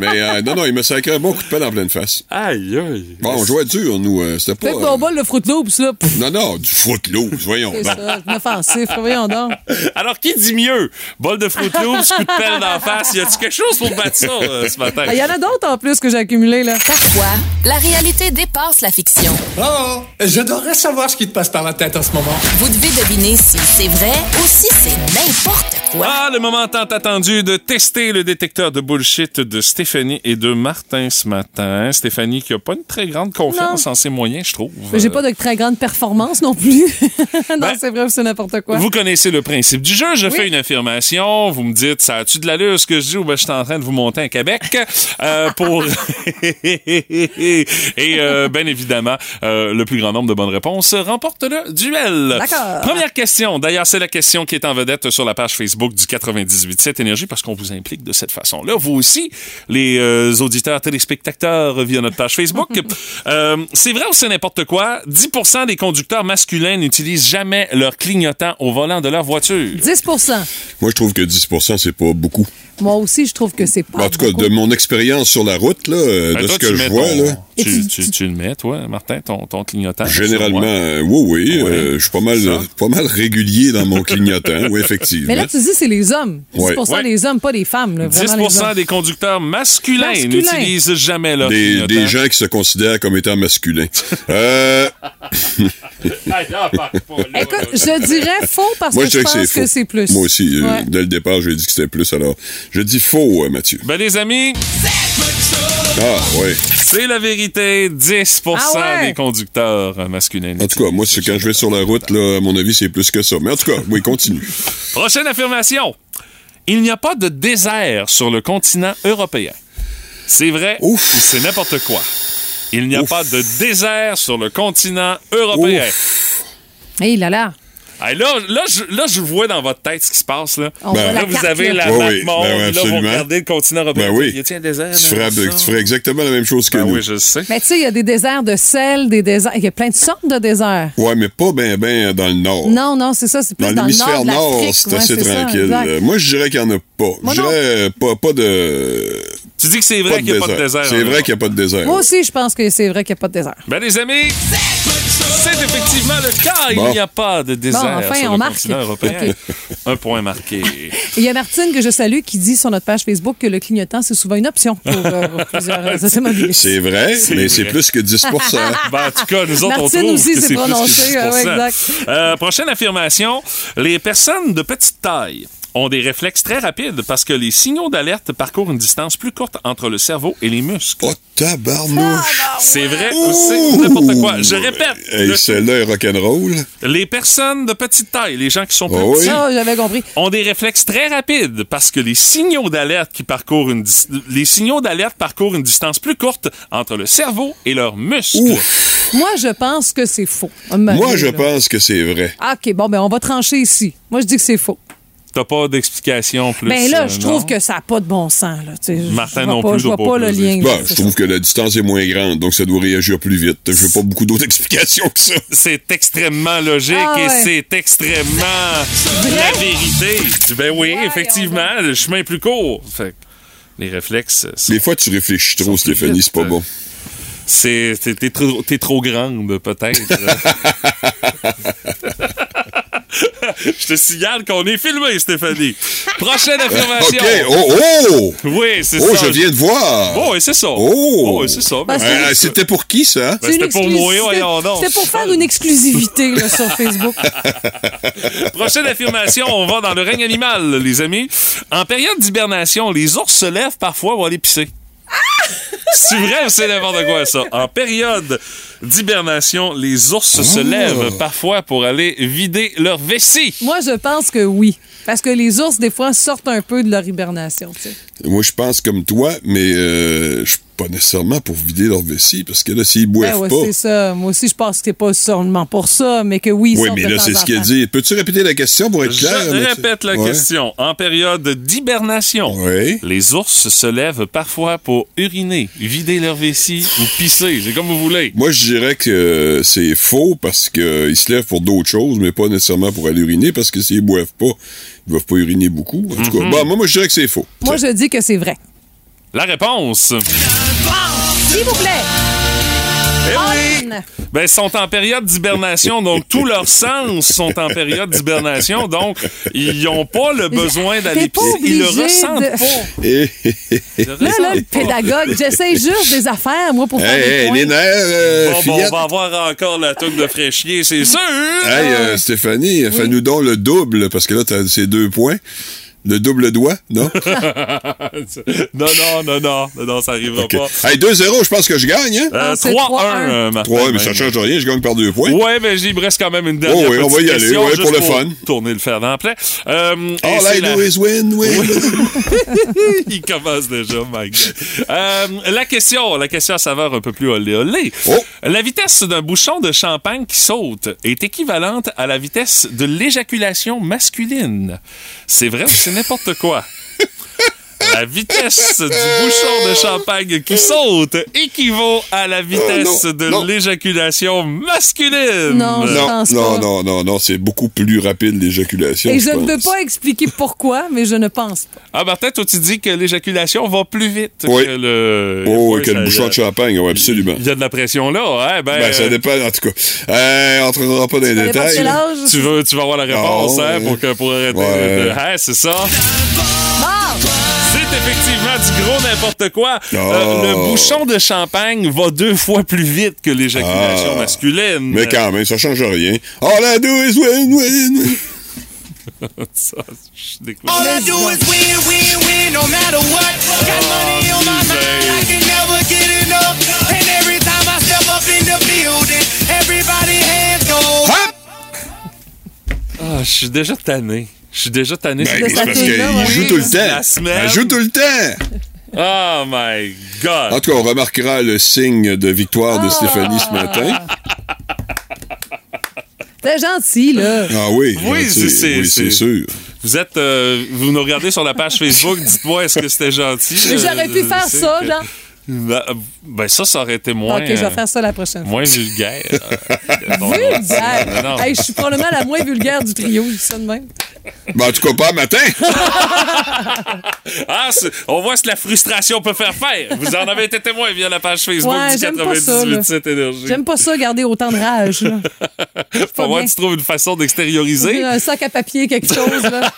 [SPEAKER 10] Mais euh, non, non, il me sacrait un bon coup de pelle en pleine face.
[SPEAKER 2] Aïe, aïe.
[SPEAKER 10] Bon, on jouait dur, nous. euh, C'était pas.
[SPEAKER 1] Faites ton bol de Fruit Loops, là. Pff,
[SPEAKER 10] euh, Non, non, du footloose, voyons. Ben,
[SPEAKER 1] C'est
[SPEAKER 10] Bon.
[SPEAKER 1] ça, c'est offensif. Voyons donc.
[SPEAKER 2] Alors, qui dit mieux? Bol de Fruit Loops, coup de pelle d'en face. Y a-tu quelque chose pour battre ça euh, ce matin?
[SPEAKER 1] Ah, Il y en a d'autres en plus que j'ai accumulé, là.
[SPEAKER 3] Parfois, la réalité dépasse la fiction.
[SPEAKER 11] Oh, je devrais savoir ce qui te passe par la tête en ce moment.
[SPEAKER 3] Vous devez deviner si c'est vrai ou si c'est n'importe quoi.
[SPEAKER 2] Ah, le moment tant attendu de tester le détecteur de bullshit de Stéphanie et de Martin ce matin. Stéphanie qui a pas une très grande confiance en ses moyens, je trouve.
[SPEAKER 1] Mais J'ai pas de très grande performance non plus. [laughs] non,
[SPEAKER 2] Ben,
[SPEAKER 1] c'est vrai, c'est n'importe quoi.
[SPEAKER 2] Vous connaissez le principe du jeu. Je fais une affirmation. Vous me dites, ça a-tu de l'allure ce que je dis ou ben, je suis en train de vous monter un Québec euh, pour... [laughs] Et euh, bien évidemment, euh, le plus grand nombre de bonnes réponses remporte le duel.
[SPEAKER 1] D'accord.
[SPEAKER 2] Première question. D'ailleurs, c'est la question qui est en vedette sur la page Facebook du 98.7 Énergie parce qu'on vous implique de cette façon-là. Vous aussi, les euh, auditeurs, téléspectateurs euh, via notre page Facebook. Euh, c'est vrai ou c'est n'importe quoi? 10 des conducteurs masculins n'utilisent jamais leur clignotant au volant de leur voiture.
[SPEAKER 1] 10
[SPEAKER 10] Moi, je trouve que 10 c'est pas beaucoup.
[SPEAKER 1] Moi aussi, je trouve que c'est pas.
[SPEAKER 10] en tout cas, de mon expérience sur la route, là, euh,
[SPEAKER 2] Ben,
[SPEAKER 10] de
[SPEAKER 2] toi,
[SPEAKER 10] ce
[SPEAKER 2] tu
[SPEAKER 10] que je
[SPEAKER 2] mets
[SPEAKER 10] vois,
[SPEAKER 2] ton-
[SPEAKER 10] là.
[SPEAKER 2] Tu, tu- tu le mets, toi, Martin, ton, ton clignotant?
[SPEAKER 10] Généralement,
[SPEAKER 2] sur moi.
[SPEAKER 10] euh, oui,
[SPEAKER 2] Ah
[SPEAKER 10] oui, euh, je suis pas mal, pas mal régulier dans mon clignotant, oui, effectivement.
[SPEAKER 1] Mais là, tu dis c'est les hommes. 10
[SPEAKER 10] Ouais. Ouais.
[SPEAKER 1] des hommes, pas des femmes. Là, vraiment
[SPEAKER 2] 10
[SPEAKER 1] les hommes.
[SPEAKER 2] des conducteurs masculins
[SPEAKER 1] Masculins.
[SPEAKER 2] n'utilisent jamais leur
[SPEAKER 10] des,
[SPEAKER 2] clignotant.
[SPEAKER 10] des gens qui se considèrent comme étant masculins. Euh...
[SPEAKER 1] Écoute, je dirais faux parce
[SPEAKER 10] Moi,
[SPEAKER 1] que je
[SPEAKER 10] dirais
[SPEAKER 1] pense
[SPEAKER 10] c'est
[SPEAKER 1] que
[SPEAKER 10] faux.
[SPEAKER 1] c'est plus.
[SPEAKER 10] Moi aussi, euh,
[SPEAKER 1] Ouais.
[SPEAKER 10] dès le départ, j'ai dit que c'était plus, alors je dis faux, euh, Mathieu.
[SPEAKER 2] Ben, les amis,
[SPEAKER 10] Ah, ouais.
[SPEAKER 2] c'est la vérité. 10
[SPEAKER 10] Ah ouais?
[SPEAKER 2] des conducteurs euh, masculins.
[SPEAKER 10] En tout cas, moi, c'est quand je vais sur la route, là, à mon avis, c'est plus que ça. Mais en tout cas, oui,
[SPEAKER 2] [laughs]
[SPEAKER 10] continue.
[SPEAKER 2] Prochaine affirmation. Il n'y a pas de désert sur le continent européen. C'est vrai ou c'est n'importe quoi? Il n'y a pas de désert sur le continent européen.
[SPEAKER 1] Hey, là, là.
[SPEAKER 2] Hey, là, là, je, là, je vois dans votre tête ce qui se passe. Là,
[SPEAKER 1] On voit
[SPEAKER 2] là
[SPEAKER 1] la
[SPEAKER 2] vous
[SPEAKER 1] carte,
[SPEAKER 2] avez
[SPEAKER 1] là.
[SPEAKER 2] la
[SPEAKER 10] Oui,
[SPEAKER 2] map
[SPEAKER 10] oui,
[SPEAKER 2] monde.
[SPEAKER 10] ben oui,
[SPEAKER 2] là, vous
[SPEAKER 10] absolument.
[SPEAKER 2] regardez le continent européen.
[SPEAKER 10] Ben oui.
[SPEAKER 2] Y a un désert?
[SPEAKER 10] Tu
[SPEAKER 2] là,
[SPEAKER 10] ferais,
[SPEAKER 2] ça? Ben
[SPEAKER 10] tu ferais exactement la même chose que nous.
[SPEAKER 2] Oui, je sais.
[SPEAKER 1] Mais tu sais, il y a des déserts de sel, des déserts. Il y a plein de sortes de déserts.
[SPEAKER 10] Ouais, mais pas ben ben dans le nord.
[SPEAKER 1] Non, non, c'est ça. C'est plus
[SPEAKER 10] Dans
[SPEAKER 1] dans, le nord.
[SPEAKER 10] l'hémisphère
[SPEAKER 1] de
[SPEAKER 10] nord,
[SPEAKER 1] l'Afrique.
[SPEAKER 10] c'est
[SPEAKER 1] Ouais,
[SPEAKER 10] assez
[SPEAKER 1] ça,
[SPEAKER 10] tranquille.
[SPEAKER 1] exact.
[SPEAKER 10] Euh, Moi, je dirais qu'il n'y en a pas. je dirais euh, pas, pas de.
[SPEAKER 2] Tu dis que c'est vrai qu'il y a pas de désert,
[SPEAKER 10] C'est
[SPEAKER 2] en
[SPEAKER 10] vrai
[SPEAKER 2] Europe.
[SPEAKER 10] qu'il n'y a pas de désert.
[SPEAKER 1] Moi aussi, je pense que c'est vrai qu'il n'y a pas de désert.
[SPEAKER 2] Ben, les amis, c'est effectivement le cas. Il
[SPEAKER 1] Bon.
[SPEAKER 2] n'y a pas de désert
[SPEAKER 1] Bon, enfin,
[SPEAKER 2] sur
[SPEAKER 1] on
[SPEAKER 2] le
[SPEAKER 1] marque. [laughs]
[SPEAKER 2] continent européen. Un point marqué.
[SPEAKER 1] Et Il y a Martine que je salue qui dit sur notre page Facebook que le clignotant, c'est souvent une option pour, euh,
[SPEAKER 10] [laughs]
[SPEAKER 1] pour plusieurs automobilistes.
[SPEAKER 10] C'est vrai,
[SPEAKER 2] C'est
[SPEAKER 10] mais c'est
[SPEAKER 2] vrai.
[SPEAKER 10] plus que 10
[SPEAKER 1] [laughs]
[SPEAKER 2] Ben, en tout cas, nous autres,
[SPEAKER 1] Martine
[SPEAKER 2] on trouve
[SPEAKER 1] aussi s'est
[SPEAKER 2] que c'est plus que
[SPEAKER 1] prononcée,
[SPEAKER 2] 10%.
[SPEAKER 1] ah ouais, exact.
[SPEAKER 2] Euh, prochaine affirmation. Les personnes de petite taille ont des réflexes très rapides parce que les signaux d'alerte parcourent une distance plus courte entre le cerveau et les muscles.
[SPEAKER 10] Oh, tabarnouche!
[SPEAKER 1] Ah
[SPEAKER 2] C'est vrai ou Ah, bah, c'est n'importe quoi? Je répète.
[SPEAKER 10] Hey,
[SPEAKER 2] le-
[SPEAKER 10] celle-là est rock'n'roll.
[SPEAKER 2] les personnes de petite taille, les gens qui sont
[SPEAKER 10] Ah oui?
[SPEAKER 2] petits,
[SPEAKER 1] Ah, j'avais compris.
[SPEAKER 2] ont des réflexes très rapides parce que les signaux d'alerte qui parcourent une dis- les signaux d'alerte parcourent une distance plus courte entre le cerveau et leurs muscles.
[SPEAKER 1] Moi, je pense que c'est faux. Ah, Marie,
[SPEAKER 10] Moi, je
[SPEAKER 1] là.
[SPEAKER 10] pense que c'est vrai.
[SPEAKER 1] Ah, OK, bon, ben on va trancher ici. Moi, je dis que c'est faux.
[SPEAKER 2] T'as pas d'explication plus.
[SPEAKER 1] ben là,
[SPEAKER 2] euh,
[SPEAKER 1] je
[SPEAKER 2] non?
[SPEAKER 1] trouve que ça n'a pas de bon sens. Là. Tu sais, je-
[SPEAKER 2] Martin
[SPEAKER 1] je vois
[SPEAKER 2] non
[SPEAKER 1] pas,
[SPEAKER 2] plus
[SPEAKER 1] Je vois
[SPEAKER 2] doit
[SPEAKER 1] pas
[SPEAKER 2] pas
[SPEAKER 1] le
[SPEAKER 2] plus
[SPEAKER 1] lien.
[SPEAKER 10] Bon, Ben, je trouve que la distance est moins grande, donc ça doit réagir plus vite. Je veux pas beaucoup d'autres [laughs] explications que ça.
[SPEAKER 2] C'est extrêmement logique
[SPEAKER 1] Ah
[SPEAKER 2] et
[SPEAKER 1] ouais.
[SPEAKER 2] c'est extrêmement
[SPEAKER 1] [laughs]
[SPEAKER 2] la vérité. Ben oui, effectivement, le chemin est plus court. Fait que les réflexes,
[SPEAKER 10] Des fois, tu réfléchis trop, Stéphanie, c'est pas bon.
[SPEAKER 2] c'est t'es- t'es trop, t'es trop grande peut-être. [laughs] Je te signale qu'on est filmé, Stéphanie. [laughs] Prochaine affirmation.
[SPEAKER 10] OK, oh, oh!
[SPEAKER 2] Oui, c'est
[SPEAKER 10] Oh,
[SPEAKER 2] ça.
[SPEAKER 10] je viens de voir!
[SPEAKER 2] Oh, oui, c'est ça.
[SPEAKER 10] Oh!
[SPEAKER 2] oui, c'est ça. Ben,
[SPEAKER 1] Parce que-
[SPEAKER 10] Euh, C'était pour qui, ça?
[SPEAKER 2] Ben, c'était pour moi, voyons donc.
[SPEAKER 1] C'était pour faire une exclusivité là, sur
[SPEAKER 10] [laughs]
[SPEAKER 1] Facebook.
[SPEAKER 2] Prochaine affirmation, on va dans le règne animal, les amis. En période d'hibernation, les ours se lèvent parfois pour aller pisser. C'est vrai ou c'est n'importe quoi, ça? En période d'hibernation, les ours se lèvent parfois pour aller vider leur vessie.
[SPEAKER 1] Moi, je pense que oui. Parce que les ours, des fois, sortent un peu de leur hibernation. tu sais.
[SPEAKER 10] Moi, je pense comme toi, mais euh, je suis pas nécessairement pour vider leur vessie, parce que là, s'ils boivent
[SPEAKER 1] Ben ouais,
[SPEAKER 10] pas...
[SPEAKER 1] c'est ça. Moi aussi, je pense que c'est pas seulement pour ça, mais que oui, ils
[SPEAKER 10] Oui,
[SPEAKER 1] sortent
[SPEAKER 10] mais
[SPEAKER 1] de
[SPEAKER 10] là,
[SPEAKER 1] temps
[SPEAKER 10] c'est
[SPEAKER 1] en
[SPEAKER 10] ce qu'il a
[SPEAKER 1] temps.
[SPEAKER 10] dit. Peux-tu répéter la question pour être clair?
[SPEAKER 2] Je
[SPEAKER 10] là-dessus?
[SPEAKER 2] répète la
[SPEAKER 10] Ouais.
[SPEAKER 2] question. En période d'hibernation, les ours se lèvent parfois pour uriner, vider leur vessie ou pisser. C'est comme vous voulez.
[SPEAKER 10] Moi, je dirais que euh, c'est faux parce qu'ils se lèvent pour d'autres choses, mais pas nécessairement pour aller uriner, parce que s'ils ne boivent pas, ils ne doivent pas uriner beaucoup. En tout cas,
[SPEAKER 2] Mhm.
[SPEAKER 10] bon, moi, moi, je dirais que c'est faux.
[SPEAKER 1] Moi, je dis que c'est vrai.
[SPEAKER 2] La réponse.
[SPEAKER 1] S'il vous plaît.
[SPEAKER 2] Eh Ben, ils sont en période d'hibernation, donc tous
[SPEAKER 10] [laughs]
[SPEAKER 2] leurs sens sont en période d'hibernation, donc ils n'ont pas le besoin d'aller
[SPEAKER 1] T'es pas
[SPEAKER 2] pisser. Ils le
[SPEAKER 1] obligé
[SPEAKER 2] ressentent
[SPEAKER 1] de-
[SPEAKER 2] pas.
[SPEAKER 1] [laughs]
[SPEAKER 10] Eh,
[SPEAKER 1] Là, là, le
[SPEAKER 2] [laughs]
[SPEAKER 1] pédagogue, j'essaie juste des affaires, moi, pour faire
[SPEAKER 10] Hey,
[SPEAKER 1] des
[SPEAKER 10] hey,
[SPEAKER 1] points.
[SPEAKER 10] eh, les nerfs, euh,
[SPEAKER 2] Oh, Bon, bon, on
[SPEAKER 10] fillettes.
[SPEAKER 2] va avoir encore la touche de fraîchier, c'est sûr.
[SPEAKER 10] Hey, euh, Stéphanie, fais-nous donc le double, parce que là, t'as ces deux points. Le double doigt,
[SPEAKER 2] [laughs]
[SPEAKER 10] non?
[SPEAKER 2] non, non, non, non, non, non, ça n'arrivera pas.
[SPEAKER 10] hey, 2-0, je pense que je gagne, hein?
[SPEAKER 2] Euh, Ah, c'est 3-1, 3-1. euh, Martin.
[SPEAKER 10] 3 mais ça change rien, je gagne par deux points.
[SPEAKER 2] Ouais, mais j'y me reste quand même une dernière
[SPEAKER 10] Oh oui, on
[SPEAKER 2] petite
[SPEAKER 10] va y aller,
[SPEAKER 2] question,
[SPEAKER 10] ouais,
[SPEAKER 2] juste
[SPEAKER 10] pour le fun. Oh,
[SPEAKER 2] Tourner le fer dans le plaid. Euh, et
[SPEAKER 10] All
[SPEAKER 2] c'est
[SPEAKER 10] I
[SPEAKER 2] la-
[SPEAKER 10] do Ah, is win,
[SPEAKER 2] [laughs]
[SPEAKER 10] win.
[SPEAKER 2] Il commence déjà, Mike. Euh, la question, la question à saveur un peu plus olé olé.
[SPEAKER 10] Oh.
[SPEAKER 2] La vitesse d'un bouchon de champagne qui saute est équivalente à la vitesse de l'éjaculation masculine. C'est vrai ou c'est n'importe quoi? La vitesse du bouchon de champagne qui saute équivaut à
[SPEAKER 10] Oh,
[SPEAKER 2] la vitesse de l'éjaculation masculine.
[SPEAKER 1] Non, je
[SPEAKER 10] non,
[SPEAKER 1] pense
[SPEAKER 10] non,
[SPEAKER 1] pas.
[SPEAKER 10] non, non, non, c'est beaucoup plus rapide l'éjaculation.
[SPEAKER 1] Et je ne
[SPEAKER 10] pense.
[SPEAKER 1] peux pas expliquer pourquoi, mais je ne pense pas.
[SPEAKER 2] Ah, Martin, toi, tu dis que l'éjaculation va plus vite
[SPEAKER 10] Oui.
[SPEAKER 2] que le.
[SPEAKER 10] Oh,
[SPEAKER 2] Ouais,
[SPEAKER 10] que
[SPEAKER 2] ça- euh,
[SPEAKER 10] le bouchon de champagne, ouais, absolument.
[SPEAKER 2] Il y a de la pression là, hein? Ben,
[SPEAKER 10] Ben, ça
[SPEAKER 2] euh,
[SPEAKER 10] dépend, en tout cas. Euh, on ne rentrera pas dans les
[SPEAKER 2] dépend de
[SPEAKER 10] détails.
[SPEAKER 2] quel âge. Tu veux- tu vas avoir la réponse,
[SPEAKER 10] Non,
[SPEAKER 2] hein,
[SPEAKER 10] Ah ouais.
[SPEAKER 2] pour, que, pour arrêter.
[SPEAKER 10] Ouais.
[SPEAKER 2] de- hein, c'est ça. C'est effectivement du gros n'importe quoi. Euh,
[SPEAKER 10] Oh.
[SPEAKER 2] le bouchon de champagne va deux fois plus vite que l'éjaculation
[SPEAKER 10] Ah.
[SPEAKER 2] masculine.
[SPEAKER 10] Mais quand même, ça change rien. All I do is win, win.
[SPEAKER 2] [laughs] Ça, je découvre.
[SPEAKER 7] All I do is win, win, win, no matter what. Got money on my mind, I can never get enough. And every time I step up in the building, everybody hands go up.
[SPEAKER 2] Ah, je suis déjà tanné. Je suis déjà tanné.
[SPEAKER 10] Ben, c'est parce qu'il joue tout le temps.
[SPEAKER 2] semaine.
[SPEAKER 10] Il joue tout le temps.
[SPEAKER 2] Oh my God.
[SPEAKER 10] En tout cas, on remarquera le signe de victoire de
[SPEAKER 2] Ah.
[SPEAKER 10] Stéphanie ce matin.
[SPEAKER 1] T'es gentil,
[SPEAKER 2] Euh,
[SPEAKER 1] là.
[SPEAKER 10] Ah oui,
[SPEAKER 2] Oui,
[SPEAKER 10] gentil.
[SPEAKER 2] c'est- c'est-
[SPEAKER 10] Oui,
[SPEAKER 2] c'est-
[SPEAKER 10] c'est sûr.
[SPEAKER 2] Vous êtes, euh, vous nous regardez sur la page Facebook. Dites-moi, est-ce que c'était gentil
[SPEAKER 1] Mais j'aurais pu
[SPEAKER 2] Euh,
[SPEAKER 1] faire
[SPEAKER 2] c'est
[SPEAKER 1] ça,
[SPEAKER 2] que-
[SPEAKER 1] genre.
[SPEAKER 2] Ben, ben, ça, ça aurait été moins.
[SPEAKER 1] OK, je vais
[SPEAKER 2] euh,
[SPEAKER 1] faire ça la prochaine fois.
[SPEAKER 2] Moins vulgaire.
[SPEAKER 1] [laughs] Vulgaire!
[SPEAKER 2] Non, non.
[SPEAKER 1] Hey, je suis probablement la moins vulgaire du trio, je dis ça de même.
[SPEAKER 10] Ben, en tout cas, pas matin.
[SPEAKER 2] Ah, c'est- on voit ce que la frustration peut faire faire. Vous en avez été témoin via la page Facebook
[SPEAKER 1] Ouais,
[SPEAKER 2] du
[SPEAKER 1] j'aime pas ça,
[SPEAKER 2] 98.7 Énergie.
[SPEAKER 1] J'aime pas ça, garder autant de rage. là.
[SPEAKER 2] Faut voir
[SPEAKER 1] bien.
[SPEAKER 2] tu trouves une façon d'extérioriser.
[SPEAKER 1] Un sac à papier, quelque chose. Là.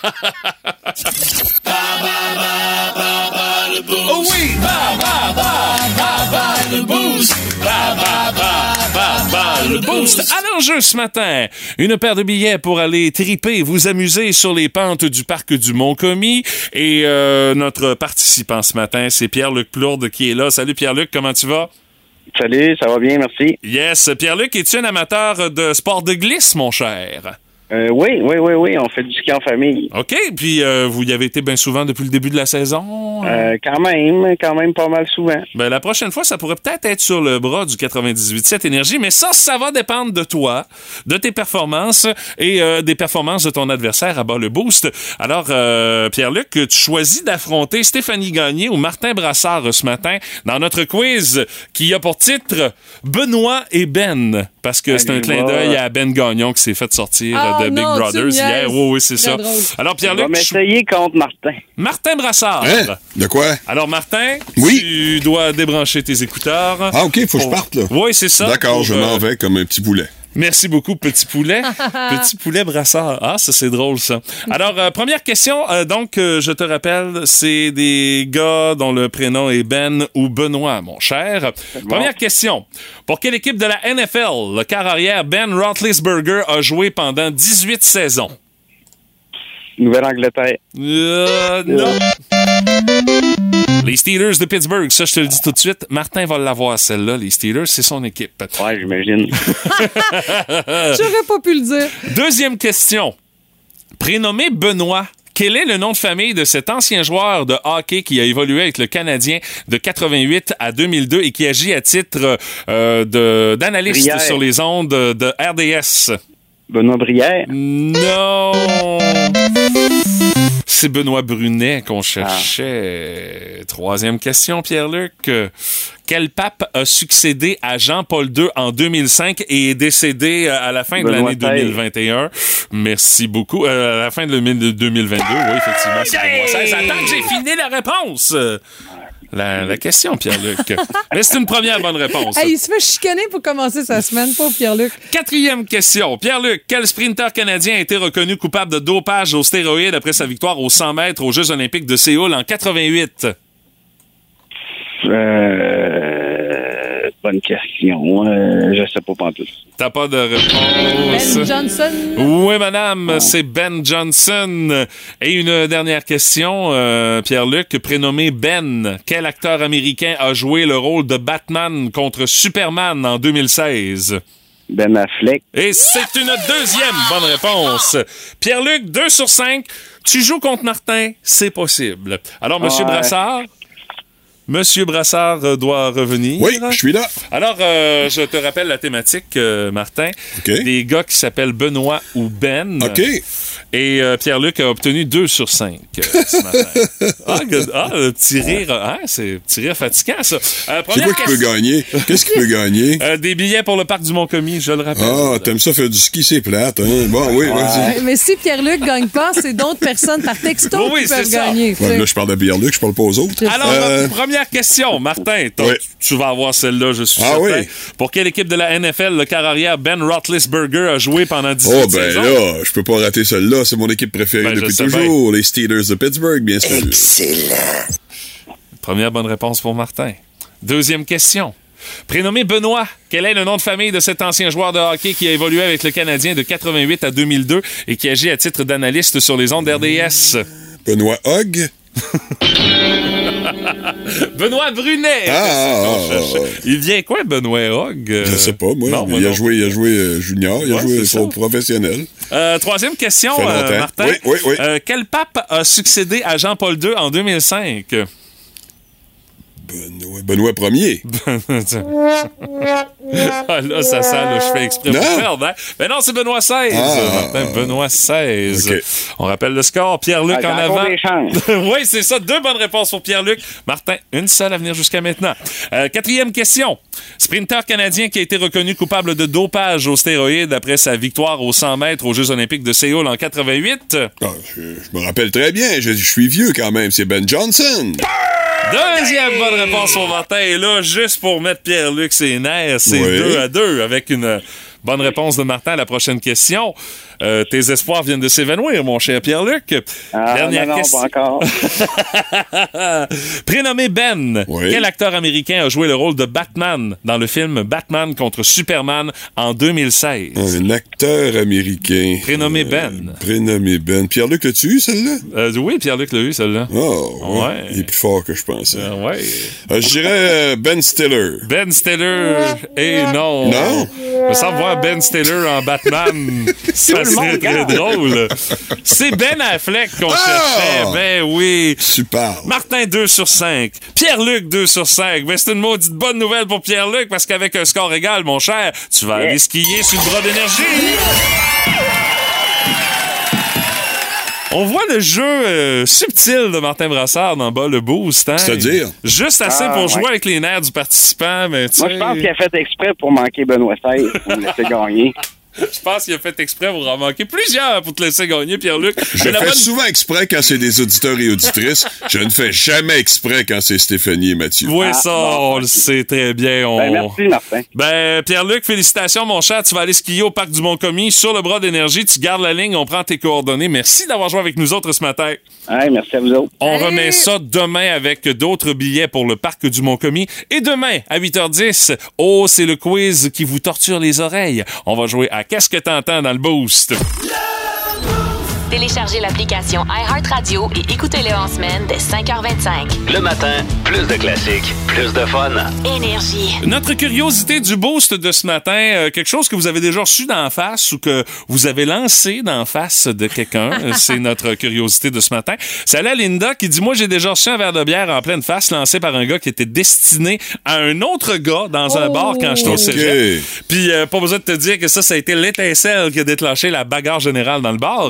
[SPEAKER 7] Oh oui, ba ba ba, ba ba le boost, ba ba ba, ba ba
[SPEAKER 2] Le boost à l'enjeu ce matin. Une paire de billets pour aller triper, vous amuser sur les pentes du parc du Mont-Commis. Et euh, notre participant ce matin, c'est Pierre-Luc Plourde qui est là. Salut Pierre-Luc, comment tu vas?
[SPEAKER 12] Salut, ça va bien, merci.
[SPEAKER 2] Yes. Pierre-Luc, es-tu un amateur de sport de glisse, mon cher?
[SPEAKER 12] Euh, oui, oui, oui, oui, on fait du ski en famille.
[SPEAKER 2] OK. Puis euh, vous y avez été bien souvent depuis le début de la saison?
[SPEAKER 12] Euh, quand même, quand même pas mal souvent.
[SPEAKER 2] Ben, la prochaine fois, ça pourrait peut-être être sur le bras du 98.7 Énergie, mais ça, ça va dépendre de toi, de tes performances et euh, des performances de ton adversaire à bas le boost. Alors, euh, Pierre-Luc, tu choisis d'affronter Stéphanie Gagné ou Martin Brassard euh, ce matin dans notre quiz qui a pour titre Benoît et Ben, parce que c'est un
[SPEAKER 12] Allez
[SPEAKER 2] clin
[SPEAKER 12] voir.
[SPEAKER 2] d'œil à Ben Gagnon qui s'est fait sortir
[SPEAKER 12] Ah
[SPEAKER 2] euh, de Big
[SPEAKER 12] non, tu
[SPEAKER 2] Brothers
[SPEAKER 12] me
[SPEAKER 2] hier.
[SPEAKER 12] niaises.
[SPEAKER 2] Oui, oui, c'est
[SPEAKER 12] Très
[SPEAKER 2] ça.
[SPEAKER 12] drôle.
[SPEAKER 2] Alors,
[SPEAKER 12] On va
[SPEAKER 2] Pierre-Luc, je-
[SPEAKER 12] m'essayer contre Martin.
[SPEAKER 2] Martin Brassard.
[SPEAKER 10] Hein? De quoi?
[SPEAKER 2] Alors, Martin, tu dois débrancher tes écouteurs.
[SPEAKER 10] Ah, OK, faut que je
[SPEAKER 2] Pour-
[SPEAKER 10] parte, là.
[SPEAKER 2] Oui, c'est ça.
[SPEAKER 10] D'accord,
[SPEAKER 2] Pour,
[SPEAKER 10] je
[SPEAKER 2] euh,
[SPEAKER 10] m'en vais comme un petit poulet.
[SPEAKER 2] Merci beaucoup, petit poulet. petit poulet brassard. Ah, ça, c'est drôle, ça. Alors, euh, première question. euh, donc, euh, je te rappelle, c'est des gars dont le prénom est Ben ou Benoît, mon cher. Première question. Pour quelle équipe de la NFL le quart arrière Ben Roethlisberger a joué pendant 18 saisons?
[SPEAKER 12] Nouvelle-Angleterre.
[SPEAKER 2] Euh, non. Les Steelers de Pittsburgh, ça, je te le dis tout de suite, Martin va l'avoir, celle-là. Les Steelers, c'est son équipe. Ouais, j'imagine.
[SPEAKER 1] J'aurais pas pu le dire.
[SPEAKER 2] Deuxième question. Prénommé Benoît, quel est le nom de famille de cet ancien joueur de hockey qui a évolué avec le Canadien de 88 à 2002 et qui agit à titre euh, de- d'analyste
[SPEAKER 12] Brière.
[SPEAKER 2] sur les ondes de RDS?
[SPEAKER 12] Benoît Brière.
[SPEAKER 2] Non! C'est Benoît Brunet qu'on cherchait. Troisième question, Pierre-Luc. Euh, Quel pape a succédé à Jean-Paul II en 2005 et est décédé euh, à la fin
[SPEAKER 12] Benoît
[SPEAKER 2] de l'année 2021? Merci beaucoup. Euh, à la fin de l'année 2022, oui, effectivement, c'est Benoît XVI. Attends que j'ai fini la réponse! Euh, La, la question, Pierre-Luc. Mais c'est une première bonne réponse.
[SPEAKER 1] Hey, il se fait chicaner pour commencer sa semaine, pauvre Pierre-Luc.
[SPEAKER 2] Quatrième question. Pierre-Luc, quel sprinter canadien a été reconnu coupable de dopage aux stéroïdes après sa victoire aux 100 mètres aux Jeux olympiques de Séoul en 88?
[SPEAKER 12] Euh, bonne question. Euh, je sais pas pantoute.
[SPEAKER 2] T'as pas de réponse.
[SPEAKER 1] Ben Johnson.
[SPEAKER 2] Oui, madame, c'est Ben Johnson. Et une dernière question, euh, Pierre-Luc, prénommé Ben. Quel acteur américain a joué le rôle de Batman contre Superman en 2016?
[SPEAKER 12] Ben Affleck.
[SPEAKER 2] Et c'est une deuxième bonne réponse. Pierre-Luc, 2 sur 5. Tu joues contre Martin, c'est possible. Alors, Monsieur
[SPEAKER 12] Ouais.
[SPEAKER 2] Brassard, Monsieur Brassard euh, doit revenir. Oui, je suis là. Alors, euh, je te rappelle la thématique, euh, Martin. Des gars qui s'appellent Benoît ou Ben.
[SPEAKER 10] OK.
[SPEAKER 2] Et euh, Pierre-Luc a obtenu 2 sur 5 ce matin.
[SPEAKER 10] [laughs]
[SPEAKER 2] ah, good. Ah, le petit rire, hein, c'est un petit rire fatigant, ça. Euh,
[SPEAKER 10] C'est
[SPEAKER 2] première
[SPEAKER 10] quoi qui peut
[SPEAKER 2] question.
[SPEAKER 10] gagner? Qu'est-ce qui peut gagner?
[SPEAKER 2] Euh, des billets pour le parc du Mont-Commis, je le rappelle.
[SPEAKER 10] Ah, t'aimes ça faire du ski, c'est plate. Hein? Bon, oui, vas-y.
[SPEAKER 1] Ouais, Mais si Pierre-Luc gagne pas, c'est d'autres personnes par texto
[SPEAKER 2] Oui,
[SPEAKER 1] qui
[SPEAKER 2] c'est
[SPEAKER 1] peuvent
[SPEAKER 2] ça.
[SPEAKER 1] gagner. tu
[SPEAKER 10] Ouais,
[SPEAKER 1] sais.
[SPEAKER 10] là, je parle de Pierre-Luc, je parle pas aux autres.
[SPEAKER 2] Alors,
[SPEAKER 10] Euh,
[SPEAKER 2] ma première question, Martin. t'as- Tu tu vas avoir celle-là, je suis
[SPEAKER 10] Ah
[SPEAKER 2] certain. Pour quelle équipe de la NFL le quart arrière Ben Roethlisberger a joué pendant 18
[SPEAKER 10] Oh ben
[SPEAKER 2] saisons?
[SPEAKER 10] là, je peux pas rater celle-là, c'est mon équipe préférée
[SPEAKER 2] Ben, je
[SPEAKER 10] depuis
[SPEAKER 2] sais
[SPEAKER 10] toujours, les Steelers de Pittsburgh, bien sûr.
[SPEAKER 2] Excellent. Première bonne réponse pour Martin. Deuxième question. Prénommé Benoît, quel est le nom de famille de cet ancien joueur de hockey qui a évolué avec le Canadien de 88 à 2002 et qui agit à titre d'analyste sur les ondes RDS?
[SPEAKER 10] Benoît Hogg.
[SPEAKER 2] Benoît Brunet!
[SPEAKER 10] Ah, ah, ah,
[SPEAKER 2] Il vient quoi, Benoît Hogg?
[SPEAKER 10] Je sais pas, moi.
[SPEAKER 2] non, moi
[SPEAKER 10] il, a
[SPEAKER 2] non
[SPEAKER 10] joué, il a joué euh, junior, il a
[SPEAKER 2] Ouais,
[SPEAKER 10] joué
[SPEAKER 2] c'est
[SPEAKER 10] pro- professionnel.
[SPEAKER 2] Euh, troisième question,
[SPEAKER 10] Ça fait
[SPEAKER 2] euh,
[SPEAKER 10] longtemps.
[SPEAKER 2] Martin.
[SPEAKER 10] Oui, oui, oui.
[SPEAKER 2] Euh, quel pape a succédé à Jean-Paul II en 2005?
[SPEAKER 10] Benoît, Benoît Ier.
[SPEAKER 2] [laughs] ah, là, ça sent, là, je fais exprès
[SPEAKER 10] Non.
[SPEAKER 2] pour perdre. Hein? Mais non, c'est Benoît XVI.
[SPEAKER 10] Ah.
[SPEAKER 2] Martin, Benoît XVI. On rappelle le score. Pierre-Luc
[SPEAKER 12] Ah, j'ai
[SPEAKER 2] en
[SPEAKER 12] encore
[SPEAKER 2] avant.
[SPEAKER 12] des chances.
[SPEAKER 2] [laughs] oui, c'est ça. Deux bonnes réponses pour Pierre-Luc. Martin, une seule à venir jusqu'à maintenant. Euh, quatrième question. Sprinter canadien qui a été reconnu coupable de dopage aux stéroïdes après sa victoire aux 100 mètres aux Jeux olympiques de Séoul en 88.
[SPEAKER 10] Ah, Je me rappelle très bien, je, je suis vieux quand même, c'est Ben Johnson.
[SPEAKER 2] Deuxième bonne réponse au Martin. Et là, juste pour mettre Pierre-Luc ses nerfs, c'est
[SPEAKER 10] Oui.
[SPEAKER 2] deux à deux avec une bonne réponse de Martin à la prochaine question. Euh, tes espoirs viennent de s'évanouir, mon cher Pierre-Luc.
[SPEAKER 12] Ah, non, non, pas encore.
[SPEAKER 2] Prénommé Ben, quel acteur américain a joué le rôle de Batman dans le film Batman contre Superman en 2016?
[SPEAKER 10] Un acteur américain.
[SPEAKER 2] Ah, Prénommé Ben.
[SPEAKER 10] Prénommé Ben. Pierre-Luc, l'as-tu eu, celle-là?
[SPEAKER 2] Euh, oui, Pierre-Luc l'a eu, celle-là.
[SPEAKER 10] Oh, ouais.
[SPEAKER 2] Ouais.
[SPEAKER 10] Il est plus fort que je pensais.
[SPEAKER 2] ouais.
[SPEAKER 10] je dirais euh, Ben Stiller.
[SPEAKER 2] Ben Stiller et non.
[SPEAKER 10] Non?
[SPEAKER 2] Me semble voir Ben Stiller en Batman. ça
[SPEAKER 10] Tout le
[SPEAKER 2] serait
[SPEAKER 10] monde
[SPEAKER 2] très
[SPEAKER 10] gagne.
[SPEAKER 2] drôle. C'est Ben Affleck
[SPEAKER 10] Oh!
[SPEAKER 2] qu'on cherchait. Ben oui.
[SPEAKER 10] Super.
[SPEAKER 2] Martin 2 sur 5. Pierre-Luc 2 sur 5. Ben, c'est une maudite bonne nouvelle pour Pierre-Luc parce qu'avec un score égal, mon cher, tu vas aller skier sur le bras d'énergie. On voit le jeu euh, subtil de Martin Brassard dans bas le boost. Hein?
[SPEAKER 10] C'est-à-dire?
[SPEAKER 2] Juste assez
[SPEAKER 12] Ah,
[SPEAKER 2] pour
[SPEAKER 12] ouais.
[SPEAKER 2] jouer avec les nerfs du participant. Mais tu
[SPEAKER 12] Moi,
[SPEAKER 2] sais-
[SPEAKER 12] je pense qu'il a fait exprès pour manquer Benoît XVI. pour me laisser gagner.
[SPEAKER 2] [laughs] Je pense qu'il a fait exprès pour en manquer plusieurs pour te laisser gagner, Pierre-Luc.
[SPEAKER 10] Je
[SPEAKER 2] Mais
[SPEAKER 10] fais
[SPEAKER 2] la bonne-
[SPEAKER 10] souvent exprès quand c'est des auditeurs et auditrices. je ne fais jamais exprès quand c'est Stéphanie et Mathieu.
[SPEAKER 2] Oui,
[SPEAKER 12] Ah,
[SPEAKER 2] ça, on le sait très bien. on-
[SPEAKER 10] Ben, merci,
[SPEAKER 12] Martin.
[SPEAKER 2] Ben, Pierre-Luc, félicitations, mon cher. Tu vas aller skier au parc du Mont-Commis sur le bras d'énergie. Tu gardes la ligne, on prend tes coordonnées. Merci d'avoir joué avec nous autres ce matin.
[SPEAKER 12] Ouais, merci à vous autres.
[SPEAKER 2] On remet ça demain avec d'autres billets pour le parc du Mont-Commis. Et demain, à 8h10, oh, c'est le quiz qui vous torture les oreilles. On va jouer à Qu'est-ce que t'entends dans le boost?
[SPEAKER 3] Téléchargez l'application iHeartRadio et écoutez-le en semaine dès 5h25.
[SPEAKER 6] Le matin, plus de classiques, plus de fun.
[SPEAKER 3] Énergie.
[SPEAKER 2] Notre curiosité du boost de ce matin, euh, quelque chose que vous avez déjà reçu d'en face ou que vous avez lancé d'en face de quelqu'un,
[SPEAKER 13] [laughs]
[SPEAKER 2] Euh, c'est notre curiosité de ce matin. Salut à Linda qui dit Moi, j'ai déjà reçu un verre de bière en pleine face lancé par un gars qui était destiné à un autre gars dans un
[SPEAKER 13] Oh.
[SPEAKER 2] bar quand j'étais au
[SPEAKER 13] Ok.
[SPEAKER 2] cégep. Puis, euh, pas besoin de te dire que ça, ça a été l'étincelle qui a déclenché la bagarre générale dans le bar.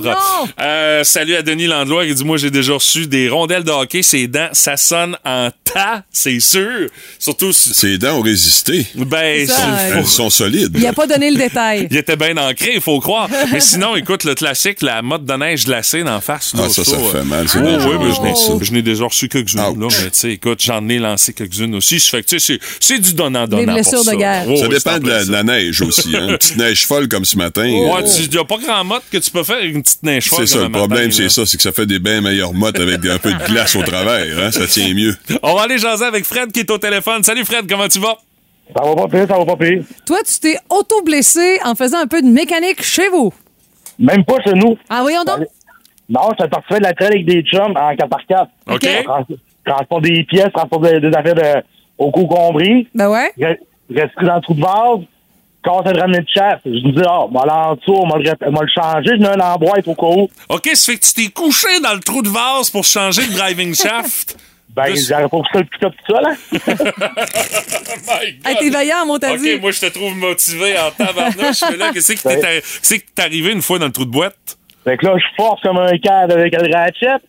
[SPEAKER 2] Euh, salut à Denis Landlois qui dit Moi, j'ai déjà reçu des rondelles de hockey, ses dents, ça sonne en tas, c'est sûr. Surtout si.
[SPEAKER 10] Ses dents ont résisté.
[SPEAKER 2] Ben,
[SPEAKER 1] Ça,
[SPEAKER 2] c'est-
[SPEAKER 1] euh,
[SPEAKER 10] Elles sont solides.
[SPEAKER 1] Il a pas donné le
[SPEAKER 10] [laughs]
[SPEAKER 1] détail.
[SPEAKER 2] il était bien ancré, il faut croire. Mais sinon, écoute, le classique, la mode de neige glacée d'en face. là, euh,
[SPEAKER 10] Ah, ça, ça fait mal, Oh, c'est
[SPEAKER 2] Oui,
[SPEAKER 10] dangereux,
[SPEAKER 2] oui, mais je n'ai-
[SPEAKER 10] ça.
[SPEAKER 2] je n'ai déjà reçu quelques-unes. Là, mais tu sais, écoute, j'en ai lancé quelques-unes aussi. Ça fait que, tu sais, c'est- c'est du donnant-donnant.
[SPEAKER 1] Des
[SPEAKER 2] pour
[SPEAKER 1] blessures de
[SPEAKER 2] ça.
[SPEAKER 1] guerre.
[SPEAKER 2] Oh,
[SPEAKER 10] ça
[SPEAKER 2] oui,
[SPEAKER 10] dépend
[SPEAKER 2] c'est
[SPEAKER 10] de la, de la neige aussi.
[SPEAKER 2] [laughs]
[SPEAKER 10] hein. Une petite neige folle comme ce matin. euh,
[SPEAKER 2] Ouais, tu- y a pas grand mode que tu peux faire avec une petite neige folle
[SPEAKER 10] c'est ça,
[SPEAKER 2] comme
[SPEAKER 10] le
[SPEAKER 2] un matin,
[SPEAKER 10] problème,
[SPEAKER 2] là.
[SPEAKER 10] c'est ça, c'est que ça fait des bien meilleures mottes avec un peu de glace au travers, hein, ça tient mieux.
[SPEAKER 2] On va aller jaser avec Fred qui est au téléphone. Salut Fred, comment tu vas?
[SPEAKER 12] Ça va pas pire, ça va pas pire.
[SPEAKER 1] Toi, tu t'es auto-blessé en faisant un peu de mécanique chez vous.
[SPEAKER 12] Même pas chez nous.
[SPEAKER 1] Ah, voyons donc.
[SPEAKER 12] Non, je participais de la trail avec des chums en 4x4.
[SPEAKER 1] OK.
[SPEAKER 12] Trans- Transport des pièces, transport de- des affaires de, au cou compris.
[SPEAKER 1] Ben ouais.
[SPEAKER 12] Reste dans le trou de vase. Quand ça de ramener de chasse, je me dis, ah, oh, en dessous, on va le rep- on va le changer, je mets un emboîte au cas où.
[SPEAKER 2] OK, ça fait que tu t'es couché dans le trou de vase pour changer le driving shaft. [laughs] Oh
[SPEAKER 12] Ben, j'aurais pas poussé le pick-up tout seul, hein?
[SPEAKER 1] Hey, Ah, t'es vaillant, mon t'as dit.
[SPEAKER 2] OK, moi, je te trouve motivé en tabarnouche. Mais là, qu'est-ce que
[SPEAKER 12] Ben,
[SPEAKER 2] t'es- qu'est-ce que t'es arrivé une fois dans le trou de boîte?
[SPEAKER 12] Fait que là, je force comme un cadre avec le ratchet,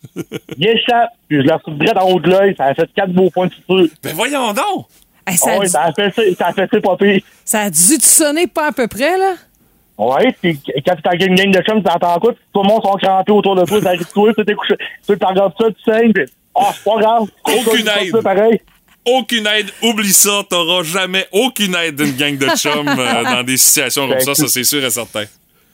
[SPEAKER 13] [laughs]
[SPEAKER 12] il échappe, puis je le retrouve direct en haut de l'œil, ça a fait quatre beaux points de suture.
[SPEAKER 2] Ben voyons donc!
[SPEAKER 1] Hey,
[SPEAKER 13] Oh,
[SPEAKER 1] ça,
[SPEAKER 12] Ah
[SPEAKER 1] a
[SPEAKER 12] ouais,
[SPEAKER 1] dû,
[SPEAKER 12] ça a fait ça- ça a fait ça, pas pire.
[SPEAKER 1] ça a dû te sonner pas à peu près, là.
[SPEAKER 2] Ah.
[SPEAKER 12] Ouais, puis quand t'as une gang de chums, t'entends quoi, puis tout le monde sont crampés autour de toi, ça arrive toi, tu t'es couché, tu t'en regardes ça, tu saignes, puis ah, c'est pas grave.
[SPEAKER 2] Aucune
[SPEAKER 12] C'est
[SPEAKER 2] aide.
[SPEAKER 12] ça, pareil.
[SPEAKER 2] Aucune aide, oublie ça, t'auras jamais aucune aide d'une gang de
[SPEAKER 12] [laughs]
[SPEAKER 2] chums euh, dans des situations
[SPEAKER 12] Ben,
[SPEAKER 2] comme ça, ça c'est sûr et certain.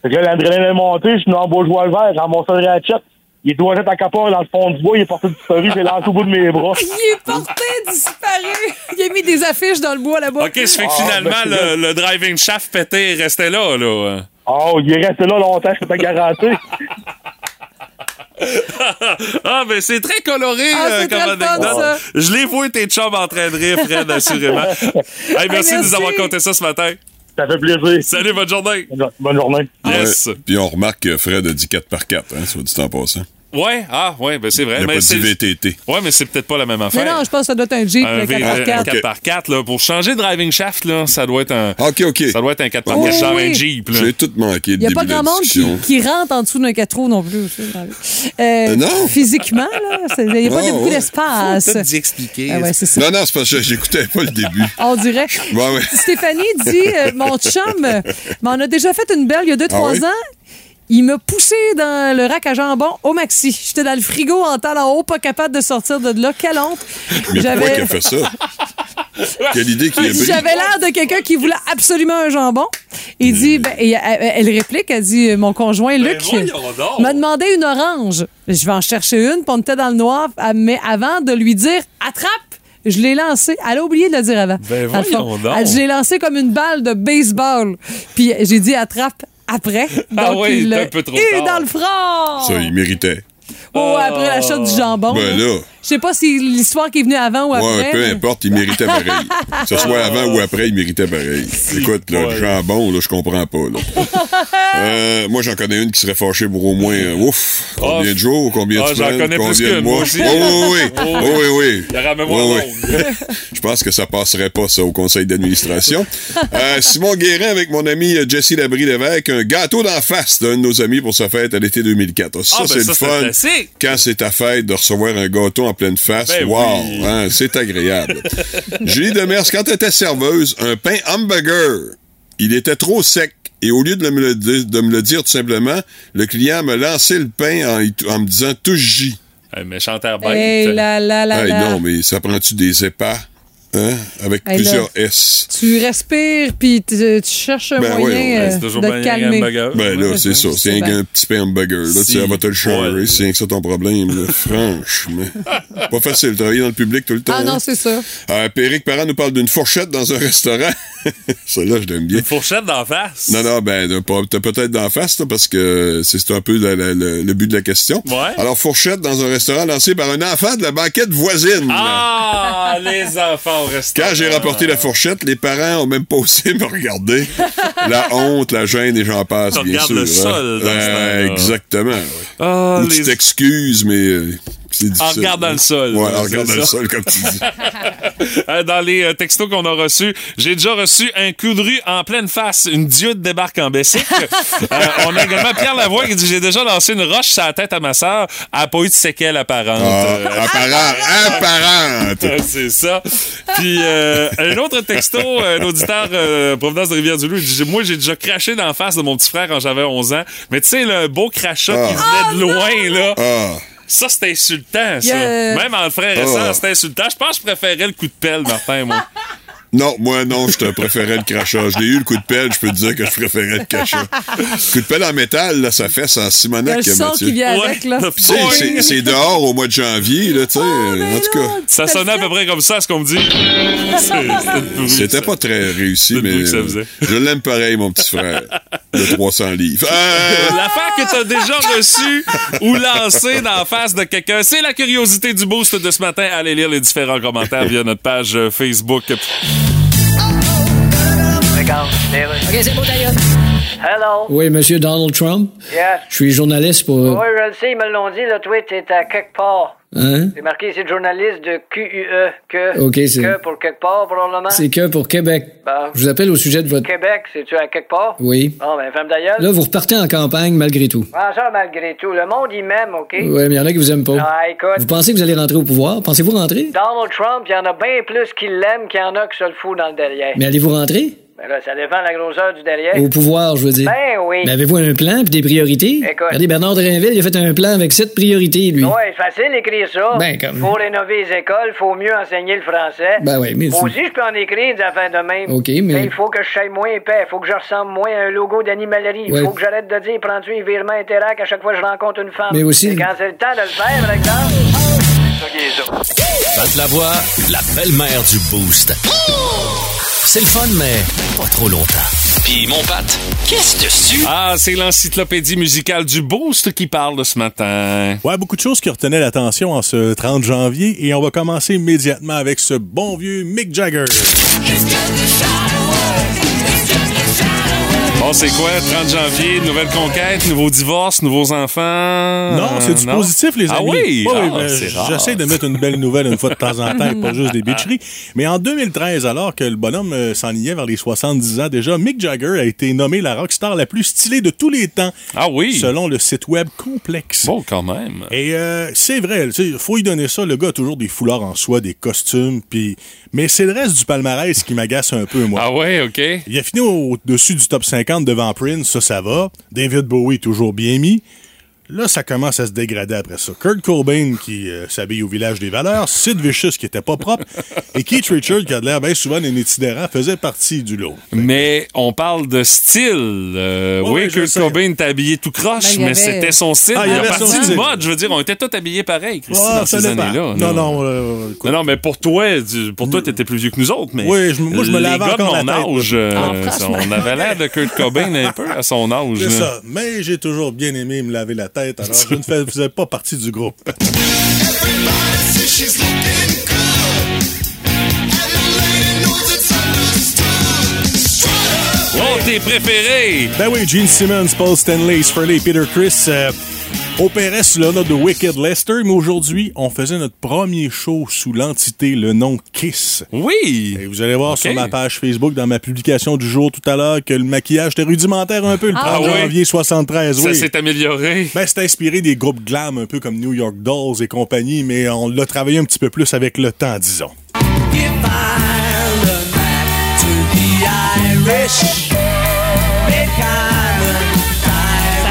[SPEAKER 12] Fait que là, l'adrénaline est montée, je suis dans bourgeois le vert, j'ai ramassé le ratchet, il est doigté à capot dans le fond du bois, il est porté disparu, j'ai lancé au bout de mes bras.
[SPEAKER 1] Il est porté, [laughs] disparu. Il a mis des affiches dans le bois là-bas.
[SPEAKER 2] OK, ça fait
[SPEAKER 12] Ah,
[SPEAKER 2] que
[SPEAKER 12] ben,
[SPEAKER 2] finalement, le, le driving shaft pété restait là, là.
[SPEAKER 12] Oh, il est resté là longtemps, je peux pas garantir.
[SPEAKER 2] ah, ben c'est très coloré
[SPEAKER 1] Ah,
[SPEAKER 2] euh,
[SPEAKER 1] c'est
[SPEAKER 2] comme
[SPEAKER 1] très le fun,
[SPEAKER 2] anecdote.
[SPEAKER 1] ça.
[SPEAKER 2] Je l'ai vu tes chums en train de rire,
[SPEAKER 12] [laughs]
[SPEAKER 2] Fred, assurément. Hey, merci,
[SPEAKER 1] merci.
[SPEAKER 2] de nous avoir conté ça ce matin.
[SPEAKER 12] Ça fait plaisir.
[SPEAKER 2] Salut, bonne journée.
[SPEAKER 12] Bonne journée.
[SPEAKER 2] Yes.
[SPEAKER 10] Ouais. Puis on remarque que Fred a dit 4x4, hein, soit dit en passant.
[SPEAKER 2] Ouais, ah, ouais, ben c'est vrai.
[SPEAKER 10] Il a
[SPEAKER 2] mais
[SPEAKER 10] pas dit
[SPEAKER 2] c'est-
[SPEAKER 10] VTT.
[SPEAKER 2] Ouais, mais c'est peut-être pas la même
[SPEAKER 1] Mais
[SPEAKER 2] affaire.
[SPEAKER 1] non, je pense que ça doit être un Jeep,
[SPEAKER 2] un
[SPEAKER 1] le
[SPEAKER 2] V-
[SPEAKER 1] 4x4.
[SPEAKER 2] un 4x4, là, pour changer de driving shaft, là, ça doit être un, ça doit être un 4x4
[SPEAKER 1] Oui,
[SPEAKER 2] genre un
[SPEAKER 1] Oh, oui.
[SPEAKER 2] Jeep. là.
[SPEAKER 10] Oh, J'ai tout manqué
[SPEAKER 1] Il
[SPEAKER 10] de
[SPEAKER 1] n'y a pas
[SPEAKER 10] début de
[SPEAKER 1] grand
[SPEAKER 10] la
[SPEAKER 1] monde qui,
[SPEAKER 10] discussion.
[SPEAKER 1] qui rentre en dessous d'un 4 roues non plus. tu sais, dans le- Euh,
[SPEAKER 10] Euh, non.
[SPEAKER 1] Physiquement, là, c'est- il n'y a pas
[SPEAKER 10] Ouais,
[SPEAKER 1] beaucoup
[SPEAKER 10] ouais.
[SPEAKER 1] d'espace. Ah ouais, c'est ça.
[SPEAKER 10] non, non, c'est parce que j'écoutais pas
[SPEAKER 1] [laughs]
[SPEAKER 10] le début.
[SPEAKER 1] On dirait.
[SPEAKER 10] Ouais, ouais.
[SPEAKER 1] Stéphanie dit euh, Mon chum, euh, m'en a déjà fait une belle il y a 2-3
[SPEAKER 10] Ah oui?
[SPEAKER 1] ans. Il m'a poussé dans le rack à jambon au maxi. J'étais dans le frigo en talons hauts, pas capable de sortir de là. Quelle honte!
[SPEAKER 10] Mais pourquoi
[SPEAKER 1] J'avais-
[SPEAKER 10] qu'il a
[SPEAKER 1] [laughs]
[SPEAKER 10] fait ça? Quelle idée qu'il a pris.
[SPEAKER 1] J'avais l'air de quelqu'un qui voulait absolument un jambon. Il dit, ben, et elle, elle réplique, elle dit, euh, mon conjoint
[SPEAKER 10] Ben
[SPEAKER 1] Luc
[SPEAKER 7] voyons donc.
[SPEAKER 1] m'a demandé une orange. Je vais en chercher une, puis on était dans le noir, mais avant de lui dire, attrape, je l'ai lancée. Elle a oublié de le dire avant.
[SPEAKER 7] Ben,
[SPEAKER 1] Dans le fond,
[SPEAKER 7] voyons donc.
[SPEAKER 1] Elle, je l'ai lancée comme une balle de baseball. Puis j'ai dit, attrape après.
[SPEAKER 10] Ah
[SPEAKER 1] Donc,
[SPEAKER 10] oui,
[SPEAKER 1] il
[SPEAKER 10] t'es
[SPEAKER 1] l'a
[SPEAKER 10] un peu trop
[SPEAKER 1] eu
[SPEAKER 10] tard.
[SPEAKER 1] dans le front.
[SPEAKER 10] Ça, il méritait.
[SPEAKER 1] Oh, après la chute du jambon.
[SPEAKER 10] Ben là.
[SPEAKER 1] Je sais pas si l'histoire qui est venue avant ou après.
[SPEAKER 10] Ouais, peu importe, il
[SPEAKER 1] [laughs]
[SPEAKER 10] méritait pareil. Que ce soit avant ou après, il méritait pareil. Écoute, là, le jambon, là, je comprends pas.
[SPEAKER 1] [laughs]
[SPEAKER 10] là. Euh, moi, j'en connais une qui serait fâchée pour au moins, euh, ouf, combien de jours, combien de
[SPEAKER 2] Ah, j'en
[SPEAKER 10] semaines,
[SPEAKER 2] connais plus
[SPEAKER 10] combien de
[SPEAKER 2] qu'une,
[SPEAKER 10] mois.
[SPEAKER 2] moi aussi.
[SPEAKER 10] Oh, oui, oui,
[SPEAKER 2] [laughs]
[SPEAKER 10] oui, oui, oui.
[SPEAKER 2] Il y aura mémoire
[SPEAKER 10] Oui, oui. [laughs] Je pense que ça passerait pas, ça, au conseil d'administration. Euh, Simon Guérin avec mon ami euh, Jesse Labrie-Lévesque, un gâteau d'en face d'un de nos amis pour sa fête à l'été 2004. Ça,
[SPEAKER 2] Ah, ben,
[SPEAKER 10] c'est
[SPEAKER 2] ça,
[SPEAKER 10] le
[SPEAKER 2] c'est
[SPEAKER 10] fun.
[SPEAKER 2] classique.
[SPEAKER 10] Quand c'est ta fête de recevoir un gâteau en pleine face,
[SPEAKER 2] Ben
[SPEAKER 10] wow,
[SPEAKER 2] oui.
[SPEAKER 10] hein, c'est
[SPEAKER 2] [laughs]
[SPEAKER 10] agréable. Julie Demers, quand elle était serveuse, un pain hamburger, il était trop sec. Et au lieu de me le, di- de me le dire tout simplement, le client me lançait le pain en, y- en me disant « touche J ».
[SPEAKER 2] Un méchant air bête.
[SPEAKER 1] Hey, là, là, là,
[SPEAKER 10] Hey,
[SPEAKER 1] là.
[SPEAKER 10] non, mais ça prend-tu des épais? Hein? Avec
[SPEAKER 1] Hey, là.
[SPEAKER 10] plusieurs S.
[SPEAKER 1] Tu respires, puis tu, tu cherches un
[SPEAKER 10] Ben
[SPEAKER 1] moyen
[SPEAKER 10] oui,
[SPEAKER 1] euh, de te calmer.
[SPEAKER 2] Euh,
[SPEAKER 10] Ben là, c'est ça. C'est rien
[SPEAKER 1] bien.
[SPEAKER 10] qu'un petit hamburger. Là, tu sais, elle va te le charrer. C'est rien que ça ton problème. là. [laughs] Franchement. Pas facile. Travailler dans le public tout le temps.
[SPEAKER 1] Ah non,
[SPEAKER 10] hein.
[SPEAKER 1] c'est ça.
[SPEAKER 10] Euh, Péric Parent nous parle d'une fourchette dans un [laughs] restaurant. Celle-là, je l'aime bien. Une
[SPEAKER 2] fourchette d'en face?
[SPEAKER 10] Non, non, ben, de pas- t'as peut-être d'en face, là, parce que c'est c'est un peu la- la- le, le but de la question. Alors, fourchette dans un restaurant lancé par un enfant de la banquette voisine.
[SPEAKER 2] Ah, les enfants restent.
[SPEAKER 10] Quand j'ai rapporté la fourchette, les parents ont même pas osé [laughs] me regarder. la honte, la gêne et j'en passe,
[SPEAKER 2] Tu
[SPEAKER 10] bien
[SPEAKER 2] regardes
[SPEAKER 10] sûr.
[SPEAKER 2] le
[SPEAKER 10] hein.
[SPEAKER 2] sol dans ce
[SPEAKER 10] Ouais,
[SPEAKER 2] temps-là.
[SPEAKER 10] exactement. ouais.
[SPEAKER 2] Ah,
[SPEAKER 10] Ou tu
[SPEAKER 2] les-
[SPEAKER 10] t'excuses, mais euh, c'est difficile. hein.
[SPEAKER 2] En regardant le sol.
[SPEAKER 10] Ouais,
[SPEAKER 2] C'est
[SPEAKER 10] en regardant le
[SPEAKER 2] ça.
[SPEAKER 10] sol, comme tu
[SPEAKER 2] [laughs]
[SPEAKER 10] dis.
[SPEAKER 2] Euh, Dans les euh, textos qu'on a reçus, j'ai déjà reçu un coup de rue en pleine face. Une diode débarque en
[SPEAKER 10] [laughs]
[SPEAKER 2] Bessic. Euh, on a également Pierre Lavoie qui dit J'ai déjà lancé une roche sur la tête à ma sœur. Elle n'a pas eu de séquelles apparentes.
[SPEAKER 10] Ah, apparente, apparente.
[SPEAKER 2] Euh, C'est ça. Puis euh, un autre texto, euh, un auditeur euh, provenance de Rivière-du-Loup, il dit Moi, j'ai déjà craché d'en face de mon petit frère quand j'avais 11 ans. Mais tu sais, le beau crachat qui
[SPEAKER 10] Ah.
[SPEAKER 2] venait
[SPEAKER 10] Oh,
[SPEAKER 2] de loin, là. Ça, c'était insultant, ça.
[SPEAKER 10] Yeah.
[SPEAKER 2] Même en frère et
[SPEAKER 10] Ah.
[SPEAKER 2] sœur, c'était insultant. Je pense que je préférais le coup de pelle, Martin, moi.
[SPEAKER 10] Non, moi, non, je te préférais le crachat. Je l'ai eu, le coup de pelle, je peux te dire que je préférais le crachat. Le coup de pelle en métal, là, ça fait sans
[SPEAKER 1] Il y a
[SPEAKER 10] Simonac,
[SPEAKER 1] le son
[SPEAKER 10] Mathieu.
[SPEAKER 1] qui vient avec, là. Ah,
[SPEAKER 10] Tu sais, c'est- c'est dehors au mois de janvier, là, tu sais.
[SPEAKER 1] Oh,
[SPEAKER 10] en tout cas.
[SPEAKER 2] Ça sonnait à peu près comme ça, ce qu'on me dit. C'est- c'est-
[SPEAKER 10] C'était pas très réussi, mais
[SPEAKER 2] ça
[SPEAKER 10] euh, je l'aime pareil, mon petit frère, de 300 livres. Euh,
[SPEAKER 2] L'affaire que t'as déjà reçue ou lancée dans la face de quelqu'un, c'est la curiosité du boost de ce matin. Allez lire les différents commentaires via notre page euh, Facebook.
[SPEAKER 7] OK, c'est beau, d'ailleurs. Hello.
[SPEAKER 4] Oui, monsieur Donald Trump.
[SPEAKER 7] Yes.
[SPEAKER 4] Je suis journaliste pour. euh,
[SPEAKER 5] Oui, je le sais, ils me l'ont dit, le tweet est à quelque part.
[SPEAKER 4] Hein?
[SPEAKER 5] C'est marqué, c'est journaliste de QUE, que,
[SPEAKER 4] Ok, c'est-
[SPEAKER 5] que pour quelque part, probablement.
[SPEAKER 4] C'est que pour Québec.
[SPEAKER 5] Bon.
[SPEAKER 4] Je vous appelle au sujet de votre.
[SPEAKER 5] Québec, c'est-tu à quelque part?
[SPEAKER 4] Oui.
[SPEAKER 5] Ah, ben, femme d'ailleurs.
[SPEAKER 4] Là, vous repartez en campagne malgré tout.
[SPEAKER 5] Ah, ça, malgré tout, le monde, il m'aime, OK?
[SPEAKER 4] Oui, mais il y en a qui vous aiment pas.
[SPEAKER 5] Ah, écoute.
[SPEAKER 4] Euh, oh. Vous pensez que vous allez rentrer au pouvoir? Pensez-vous rentrer?
[SPEAKER 5] Donald Trump, il y en a bien plus qui l'aiment qu'il y en a qui se le fout dans le derrière.
[SPEAKER 4] Mais allez-vous rentrer?
[SPEAKER 5] Ben là, ça dépend de la grosseur du derrière.
[SPEAKER 4] Au pouvoir, je veux dire.
[SPEAKER 5] Ben oui.
[SPEAKER 4] Mais avez-vous un plan puis des priorités?
[SPEAKER 5] Écoute.
[SPEAKER 4] Regardez, Bernard Drinville, il a fait un plan avec sept priorités, lui.
[SPEAKER 5] Ouais, c'est facile d'écrire ça.
[SPEAKER 4] Ben, comme-
[SPEAKER 5] Faut rénover les écoles, faut mieux enseigner le français.
[SPEAKER 4] Ben oui, mais-
[SPEAKER 5] Moi aussi, je peux en écrire des affaires de même. Ben,
[SPEAKER 4] OK, mais-
[SPEAKER 5] il faut que je sois moins épais, faut que je ressemble moins à un logo d'animalerie. Il
[SPEAKER 4] Ouais.
[SPEAKER 5] Faut que j'arrête de dire, prends-tu un virement interac à chaque fois que je rencontre une femme.
[SPEAKER 4] Mais aussi-
[SPEAKER 5] Et quand c'est le temps de le faire, par exemple.
[SPEAKER 6] Pat Lavoie, la belle-mère du Boost. C'est le fun, mais pas trop longtemps. Puis mon Pat, qu'est-ce que tu...
[SPEAKER 2] Ah, c'est l'encyclopédie musicale du Boost qui parle de ce matin.
[SPEAKER 13] Ouais, beaucoup de choses qui retenaient l'attention en ce 30 janvier et on va commencer immédiatement avec ce bon vieux Mick Jagger.
[SPEAKER 2] Bon, c'est quoi? 30 janvier, nouvelle conquête, nouveau divorce, nouveaux enfants.
[SPEAKER 13] Non, c'est du positif, les amis.
[SPEAKER 2] Euh, Ah oui?
[SPEAKER 13] Ouais,
[SPEAKER 2] Ah,
[SPEAKER 13] oui, mais
[SPEAKER 2] c'est rare.
[SPEAKER 13] J'essaie de mettre une belle nouvelle une fois de temps en temps, et pas
[SPEAKER 2] [laughs]
[SPEAKER 13] juste des bitcheries. Mais en 2013, alors que le bonhomme euh, s'ennuyait vers les 70 ans déjà, Mick Jagger a été nommé la rockstar la plus stylée de tous les temps.
[SPEAKER 2] Ah oui?
[SPEAKER 13] Selon le site web Complexe.
[SPEAKER 2] Bon, quand même.
[SPEAKER 13] Et euh, c'est vrai, il faut y donner ça. Le gars a toujours des foulards en soie, des costumes, puis. Mais c'est le reste du palmarès qui m'agace un peu, moi.
[SPEAKER 2] Ah ouais, OK.
[SPEAKER 13] Il a fini au-dessus du top 50 devant Prince, ça, ça va. David Bowie, toujours bien mis. Là, ça commence à se dégrader après ça. Kurt Cobain qui euh, s'habille au village des valeurs, Sid Vicious qui était pas propre, et Keith Richards qui a de l'air bien souvent d'un itinérant faisait partie du lot.
[SPEAKER 2] Mais on parle de style. Euh,
[SPEAKER 13] Ouais,
[SPEAKER 2] oui,
[SPEAKER 13] ouais, je
[SPEAKER 2] Kurt
[SPEAKER 13] sais.
[SPEAKER 2] Cobain était habillé tout
[SPEAKER 13] Ben,
[SPEAKER 2] croche,
[SPEAKER 13] il y
[SPEAKER 2] mais
[SPEAKER 13] avait-
[SPEAKER 2] c'était son style.
[SPEAKER 13] Ah, il y
[SPEAKER 2] il a
[SPEAKER 13] avait son
[SPEAKER 2] parti du
[SPEAKER 13] style.
[SPEAKER 2] mode. Je veux dire, on était tous habillés pareil, Christy,
[SPEAKER 13] Ah,
[SPEAKER 2] dans
[SPEAKER 13] ça
[SPEAKER 2] ces
[SPEAKER 13] dépend.
[SPEAKER 2] années-là.
[SPEAKER 13] Non, non, euh,
[SPEAKER 2] Non, non, mais pour toi, tu- pour toi, t'étais plus vieux que nous autres, mais.
[SPEAKER 13] Oui, je- moi, je me
[SPEAKER 2] les
[SPEAKER 13] lavais
[SPEAKER 2] gars de
[SPEAKER 13] encore la
[SPEAKER 2] mon
[SPEAKER 13] tête, là.
[SPEAKER 2] âge, euh,
[SPEAKER 13] Ah,
[SPEAKER 2] ça,
[SPEAKER 13] franchement.
[SPEAKER 2] on avait l'air de Kurt Cobain un peu à son âge.
[SPEAKER 13] C'est
[SPEAKER 2] là.
[SPEAKER 13] ça. Mais j'ai toujours bien aimé me laver la tête, alors je ne fais- faisais pas partie du groupe.
[SPEAKER 2] Oh, tes préférés!
[SPEAKER 13] Ben oui, Gene Simmons, Paul Stanley, Spurley, Peter Chris euh, opéraient sous le nom de Wicked Lester, mais aujourd'hui, on faisait notre premier show sous l'entité, le nom Kiss.
[SPEAKER 2] Oui!
[SPEAKER 13] Et Eh, vous allez voir sur
[SPEAKER 2] Ok.
[SPEAKER 13] ma page Facebook, dans ma publication du jour tout à l'heure, que le maquillage était rudimentaire un peu le 30
[SPEAKER 2] Ah oui?
[SPEAKER 13] janvier 73.
[SPEAKER 2] Ça
[SPEAKER 13] oui.
[SPEAKER 2] s'est amélioré.
[SPEAKER 13] Ben, c'est inspiré des groupes glam un peu comme New York Dolls et compagnie, mais on l'a travaillé un petit peu plus avec le temps, disons.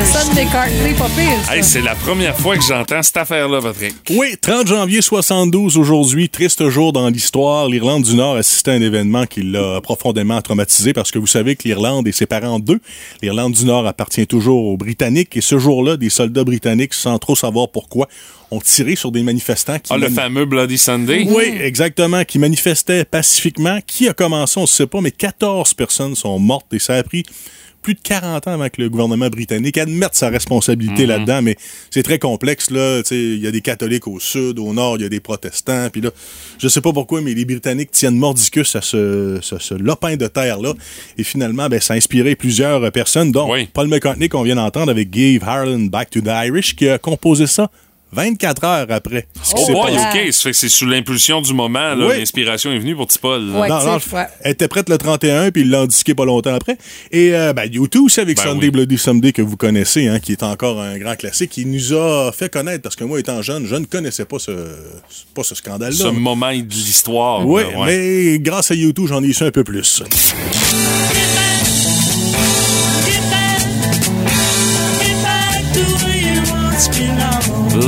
[SPEAKER 1] Ça sonne McCartney, pas pire. ça.
[SPEAKER 2] Hey, c'est la première fois que j'entends cette affaire-là, Patrick.
[SPEAKER 13] Oui, 30 janvier 72 aujourd'hui, triste jour dans l'histoire. L'Irlande du Nord assistait à un événement qui l'a profondément traumatisé parce que vous savez que l'Irlande est séparée en deux. L'Irlande du Nord appartient toujours aux Britanniques et ce jour-là, des soldats britanniques, sans trop savoir pourquoi, ont tiré sur des manifestants qui...
[SPEAKER 2] Ah, le
[SPEAKER 13] mani-
[SPEAKER 2] fameux Bloody Sunday.
[SPEAKER 13] Oui, exactement, qui manifestaient pacifiquement. Qui a commencé, on ne sait pas, mais 14 personnes sont mortes et ça a pris plus de 40 ans avant que le gouvernement britannique admette sa responsabilité
[SPEAKER 2] Mhm.
[SPEAKER 13] là-dedans, mais c'est très complexe, là. Tu sais, Il y a des catholiques au sud, au nord, il y a des protestants, puis là, je sais pas pourquoi, mais les Britanniques tiennent mordicus à ce, ce- ce lopin de terre-là, et finalement, ben, ça a inspiré plusieurs euh, personnes, dont Paul McCartney, qu'on vient d'entendre avec Give Harlan Back to the Irish, qui a composé ça 24 heures après. ce qui
[SPEAKER 2] Oh
[SPEAKER 13] s'est
[SPEAKER 2] boy,
[SPEAKER 13] passé.
[SPEAKER 2] OK. Ça fait que c'est sous l'impulsion du moment. là.
[SPEAKER 13] Oui.
[SPEAKER 2] L'inspiration est venue pour petit Paul. là.
[SPEAKER 13] Non, non, Elle était prête le 31, puis ils l'ont disqué pas longtemps après. Et euh, ben, YouTube aussi avec
[SPEAKER 2] Ben
[SPEAKER 13] Sunday Bloody Sunday que vous connaissez, hein, qui est encore un grand classique, qui nous a fait connaître, parce que moi, étant jeune, je ne connaissais pas ce, pas ce scandale-là.
[SPEAKER 2] Ce moment de l'histoire.
[SPEAKER 13] Oui,
[SPEAKER 2] là, ouais.
[SPEAKER 13] mais grâce à YouTube, j'en ai su un peu plus.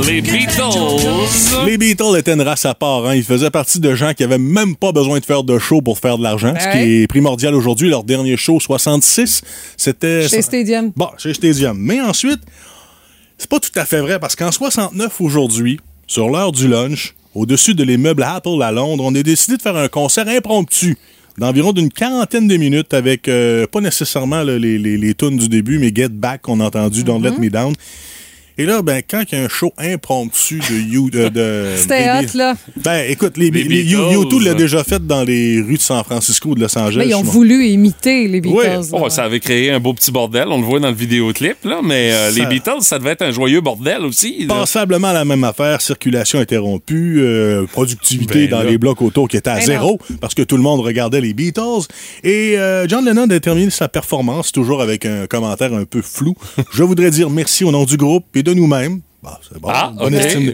[SPEAKER 2] Les Beatles.
[SPEAKER 13] Les Beatles étaient une race à part. hein. Ils faisaient partie de gens qui avaient même pas besoin de faire de show pour faire de l'argent, ce
[SPEAKER 1] Ben Ouais.
[SPEAKER 13] qui est primordial aujourd'hui. Leur dernier show, 66, c'était...
[SPEAKER 1] Chez Stadium.
[SPEAKER 13] Bon, chez Stadium. Mais ensuite, c'est pas tout à fait vrai parce qu'en 69 aujourd'hui, sur l'heure du lunch, au-dessus de l'immeuble Apple à Londres, on a décidé de faire un concert impromptu d'environ d'une quarantaine de minutes avec euh, pas nécessairement là, les, les, les tunes du début, mais Get Back qu'on a entendu, Don't
[SPEAKER 1] Mhm.
[SPEAKER 13] Let Me Down. Et là, ben, quand il y a un show impromptu de You... de- de-
[SPEAKER 1] [laughs] C'était
[SPEAKER 13] des-
[SPEAKER 1] hot, là.
[SPEAKER 13] Ben, écoute, les, les,
[SPEAKER 2] Les
[SPEAKER 13] les-
[SPEAKER 2] Beatles.
[SPEAKER 13] U2 l'a déjà fait dans les rues de San Francisco ou de Los Angeles.
[SPEAKER 1] Mais ils ont
[SPEAKER 13] je m'en-
[SPEAKER 1] voulu imiter les Beatles. là.
[SPEAKER 2] Oh, ça avait créé un beau petit bordel, on le voit dans le vidéoclip, là, mais euh,
[SPEAKER 13] Ça-
[SPEAKER 2] les Beatles, ça devait être un joyeux bordel aussi. là.
[SPEAKER 13] Passablement la même affaire, circulation interrompue, euh, productivité
[SPEAKER 2] Ben
[SPEAKER 13] dans
[SPEAKER 2] là.
[SPEAKER 13] les blocs autour qui était à
[SPEAKER 2] Ben
[SPEAKER 13] zéro parce que tout le monde regardait les Beatles. Et euh, John Lennon a terminé sa performance toujours avec un commentaire un peu
[SPEAKER 2] [laughs]
[SPEAKER 13] flou. Je voudrais dire merci au nom du groupe et de nous-mêmes. Bah, c'est bon,
[SPEAKER 2] Ah,
[SPEAKER 13] bonne
[SPEAKER 2] ok. [laughs]
[SPEAKER 13] estime.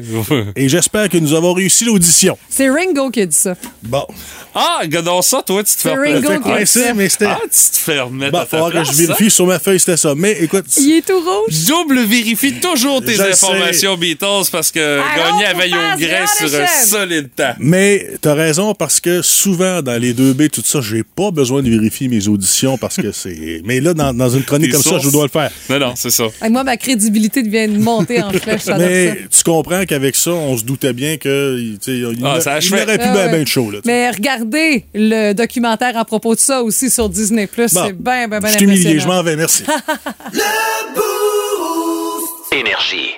[SPEAKER 13] Et j'espère que nous avons réussi l'audition.
[SPEAKER 1] C'est Ringo qui a dit ça.
[SPEAKER 13] Bon.
[SPEAKER 2] Ah, regardons ça, toi, tu te
[SPEAKER 1] C'est
[SPEAKER 2] fais
[SPEAKER 1] Ringo
[SPEAKER 2] remettre-
[SPEAKER 1] qui a
[SPEAKER 2] Ah,
[SPEAKER 1] dit
[SPEAKER 2] tu-
[SPEAKER 1] ça.
[SPEAKER 13] mais c'était-
[SPEAKER 2] Ah, tu te fais remettre
[SPEAKER 13] Bah,
[SPEAKER 2] à ta
[SPEAKER 13] faudra que
[SPEAKER 2] place,
[SPEAKER 13] je vérifie
[SPEAKER 2] hein?
[SPEAKER 13] sur ma feuille, c'était ça. Mais écoute,
[SPEAKER 1] Il est tout rouge.
[SPEAKER 2] Double vérifie toujours tes
[SPEAKER 13] Je sais.
[SPEAKER 2] informations Beatles parce que gagner à veille au grès sur un solide temps.
[SPEAKER 13] Mais t'as raison parce que souvent dans les 2B, tout ça, j'ai pas besoin de vérifier mes auditions parce que
[SPEAKER 2] [laughs]
[SPEAKER 13] c'est. Mais là, dans, dans une chronique
[SPEAKER 2] Tes
[SPEAKER 13] comme ça,
[SPEAKER 2] sources.
[SPEAKER 13] je dois le faire.
[SPEAKER 2] Non, non, c'est ça.
[SPEAKER 1] Et moi, ma crédibilité devient de monter en flèche. j'adore
[SPEAKER 13] Mais
[SPEAKER 1] ça.
[SPEAKER 13] tu comprends qu'avec ça, on se doutait bien que tu sais, il,
[SPEAKER 2] Ah,
[SPEAKER 13] n'a-
[SPEAKER 2] ça
[SPEAKER 13] il
[SPEAKER 2] achevait.
[SPEAKER 13] n'aurait plus
[SPEAKER 1] Ah
[SPEAKER 13] ben,
[SPEAKER 1] ouais.
[SPEAKER 13] ben de show. Là, tu sais.
[SPEAKER 1] Mais regardez le documentaire à propos de ça aussi sur Disney+.
[SPEAKER 13] Bon,
[SPEAKER 1] c'est bien, bien, bien [laughs]
[SPEAKER 13] je suis humilié, je
[SPEAKER 1] impressionnant.
[SPEAKER 13] m'en vais, merci.
[SPEAKER 6] Énergie.